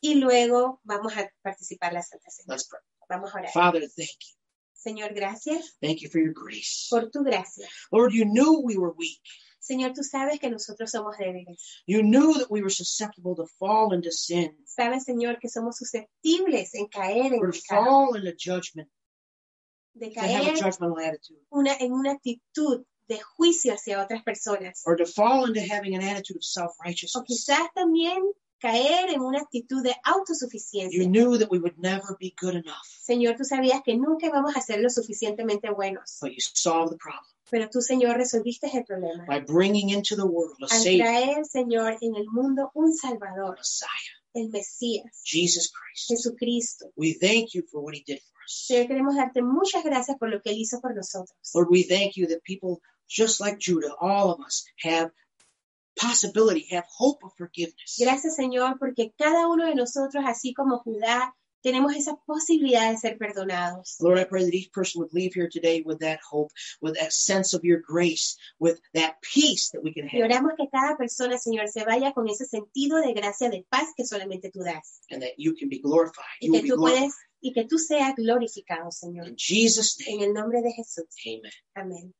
S3: y luego vamos a participar la Santa Cena.
S2: Let's pray.
S3: Vamos a orar.
S2: Father, thank you.
S3: Señor, gracias
S2: Thank you for your grace.
S3: por tu gracia.
S2: Lord, you knew we were weak.
S3: Señor, tú sabes que nosotros somos débiles.
S2: You knew that we were susceptible to fall into sin,
S3: Sabes, Señor, que somos susceptibles en caer en
S2: or to
S3: pecado,
S2: fall into judgment,
S3: de
S2: to have a
S3: caer
S2: judgmental attitude,
S3: una, en una actitud de juicio hacia otras personas.
S2: or to fall into having an attitude of self
S3: O
S2: righteousness.
S3: quizás también caer en una actitud de
S2: You
S3: autosuficiencia.
S2: knew that we would never be good enough,
S3: Señor, tú sabías que nunca vamos a ser lo suficientemente buenos,
S2: but you solved the problem
S3: pero tú, Señor, resolviste el problema.
S2: by bringing into the world a
S3: Al
S2: Savior,
S3: traer, Señor, en el mundo un
S2: a
S3: Salvador,
S2: Messiah,
S3: el Mesías,
S2: Jesus Christ.
S3: Jesucristo.
S2: We thank you for what He did for us.
S3: Señor, queremos darte muchas gracias por lo que Él hizo por nosotros.
S2: Lord, we thank you that people just like Judah, all of us, have possibility, have hope of forgiveness.
S3: Gracias, Señor, porque cada uno de nosotros, así como Judá, tenemos esa posibilidad de ser perdonados.
S2: Lord, I pray that each person would leave here today with that hope, with that sense of your grace, with that peace that we can
S3: Y
S2: have,
S3: oramos que cada persona, Señor, se vaya con ese sentido de gracia, de paz que solamente tú das.
S2: and that you can be glorified.
S3: Y
S2: You will
S3: que
S2: be
S3: tú
S2: glorified.
S3: puedes, y que tú seas glorificado, Señor.
S2: In Jesus'
S3: En
S2: name,
S3: el nombre de Jesús.
S2: amen.
S3: Amén.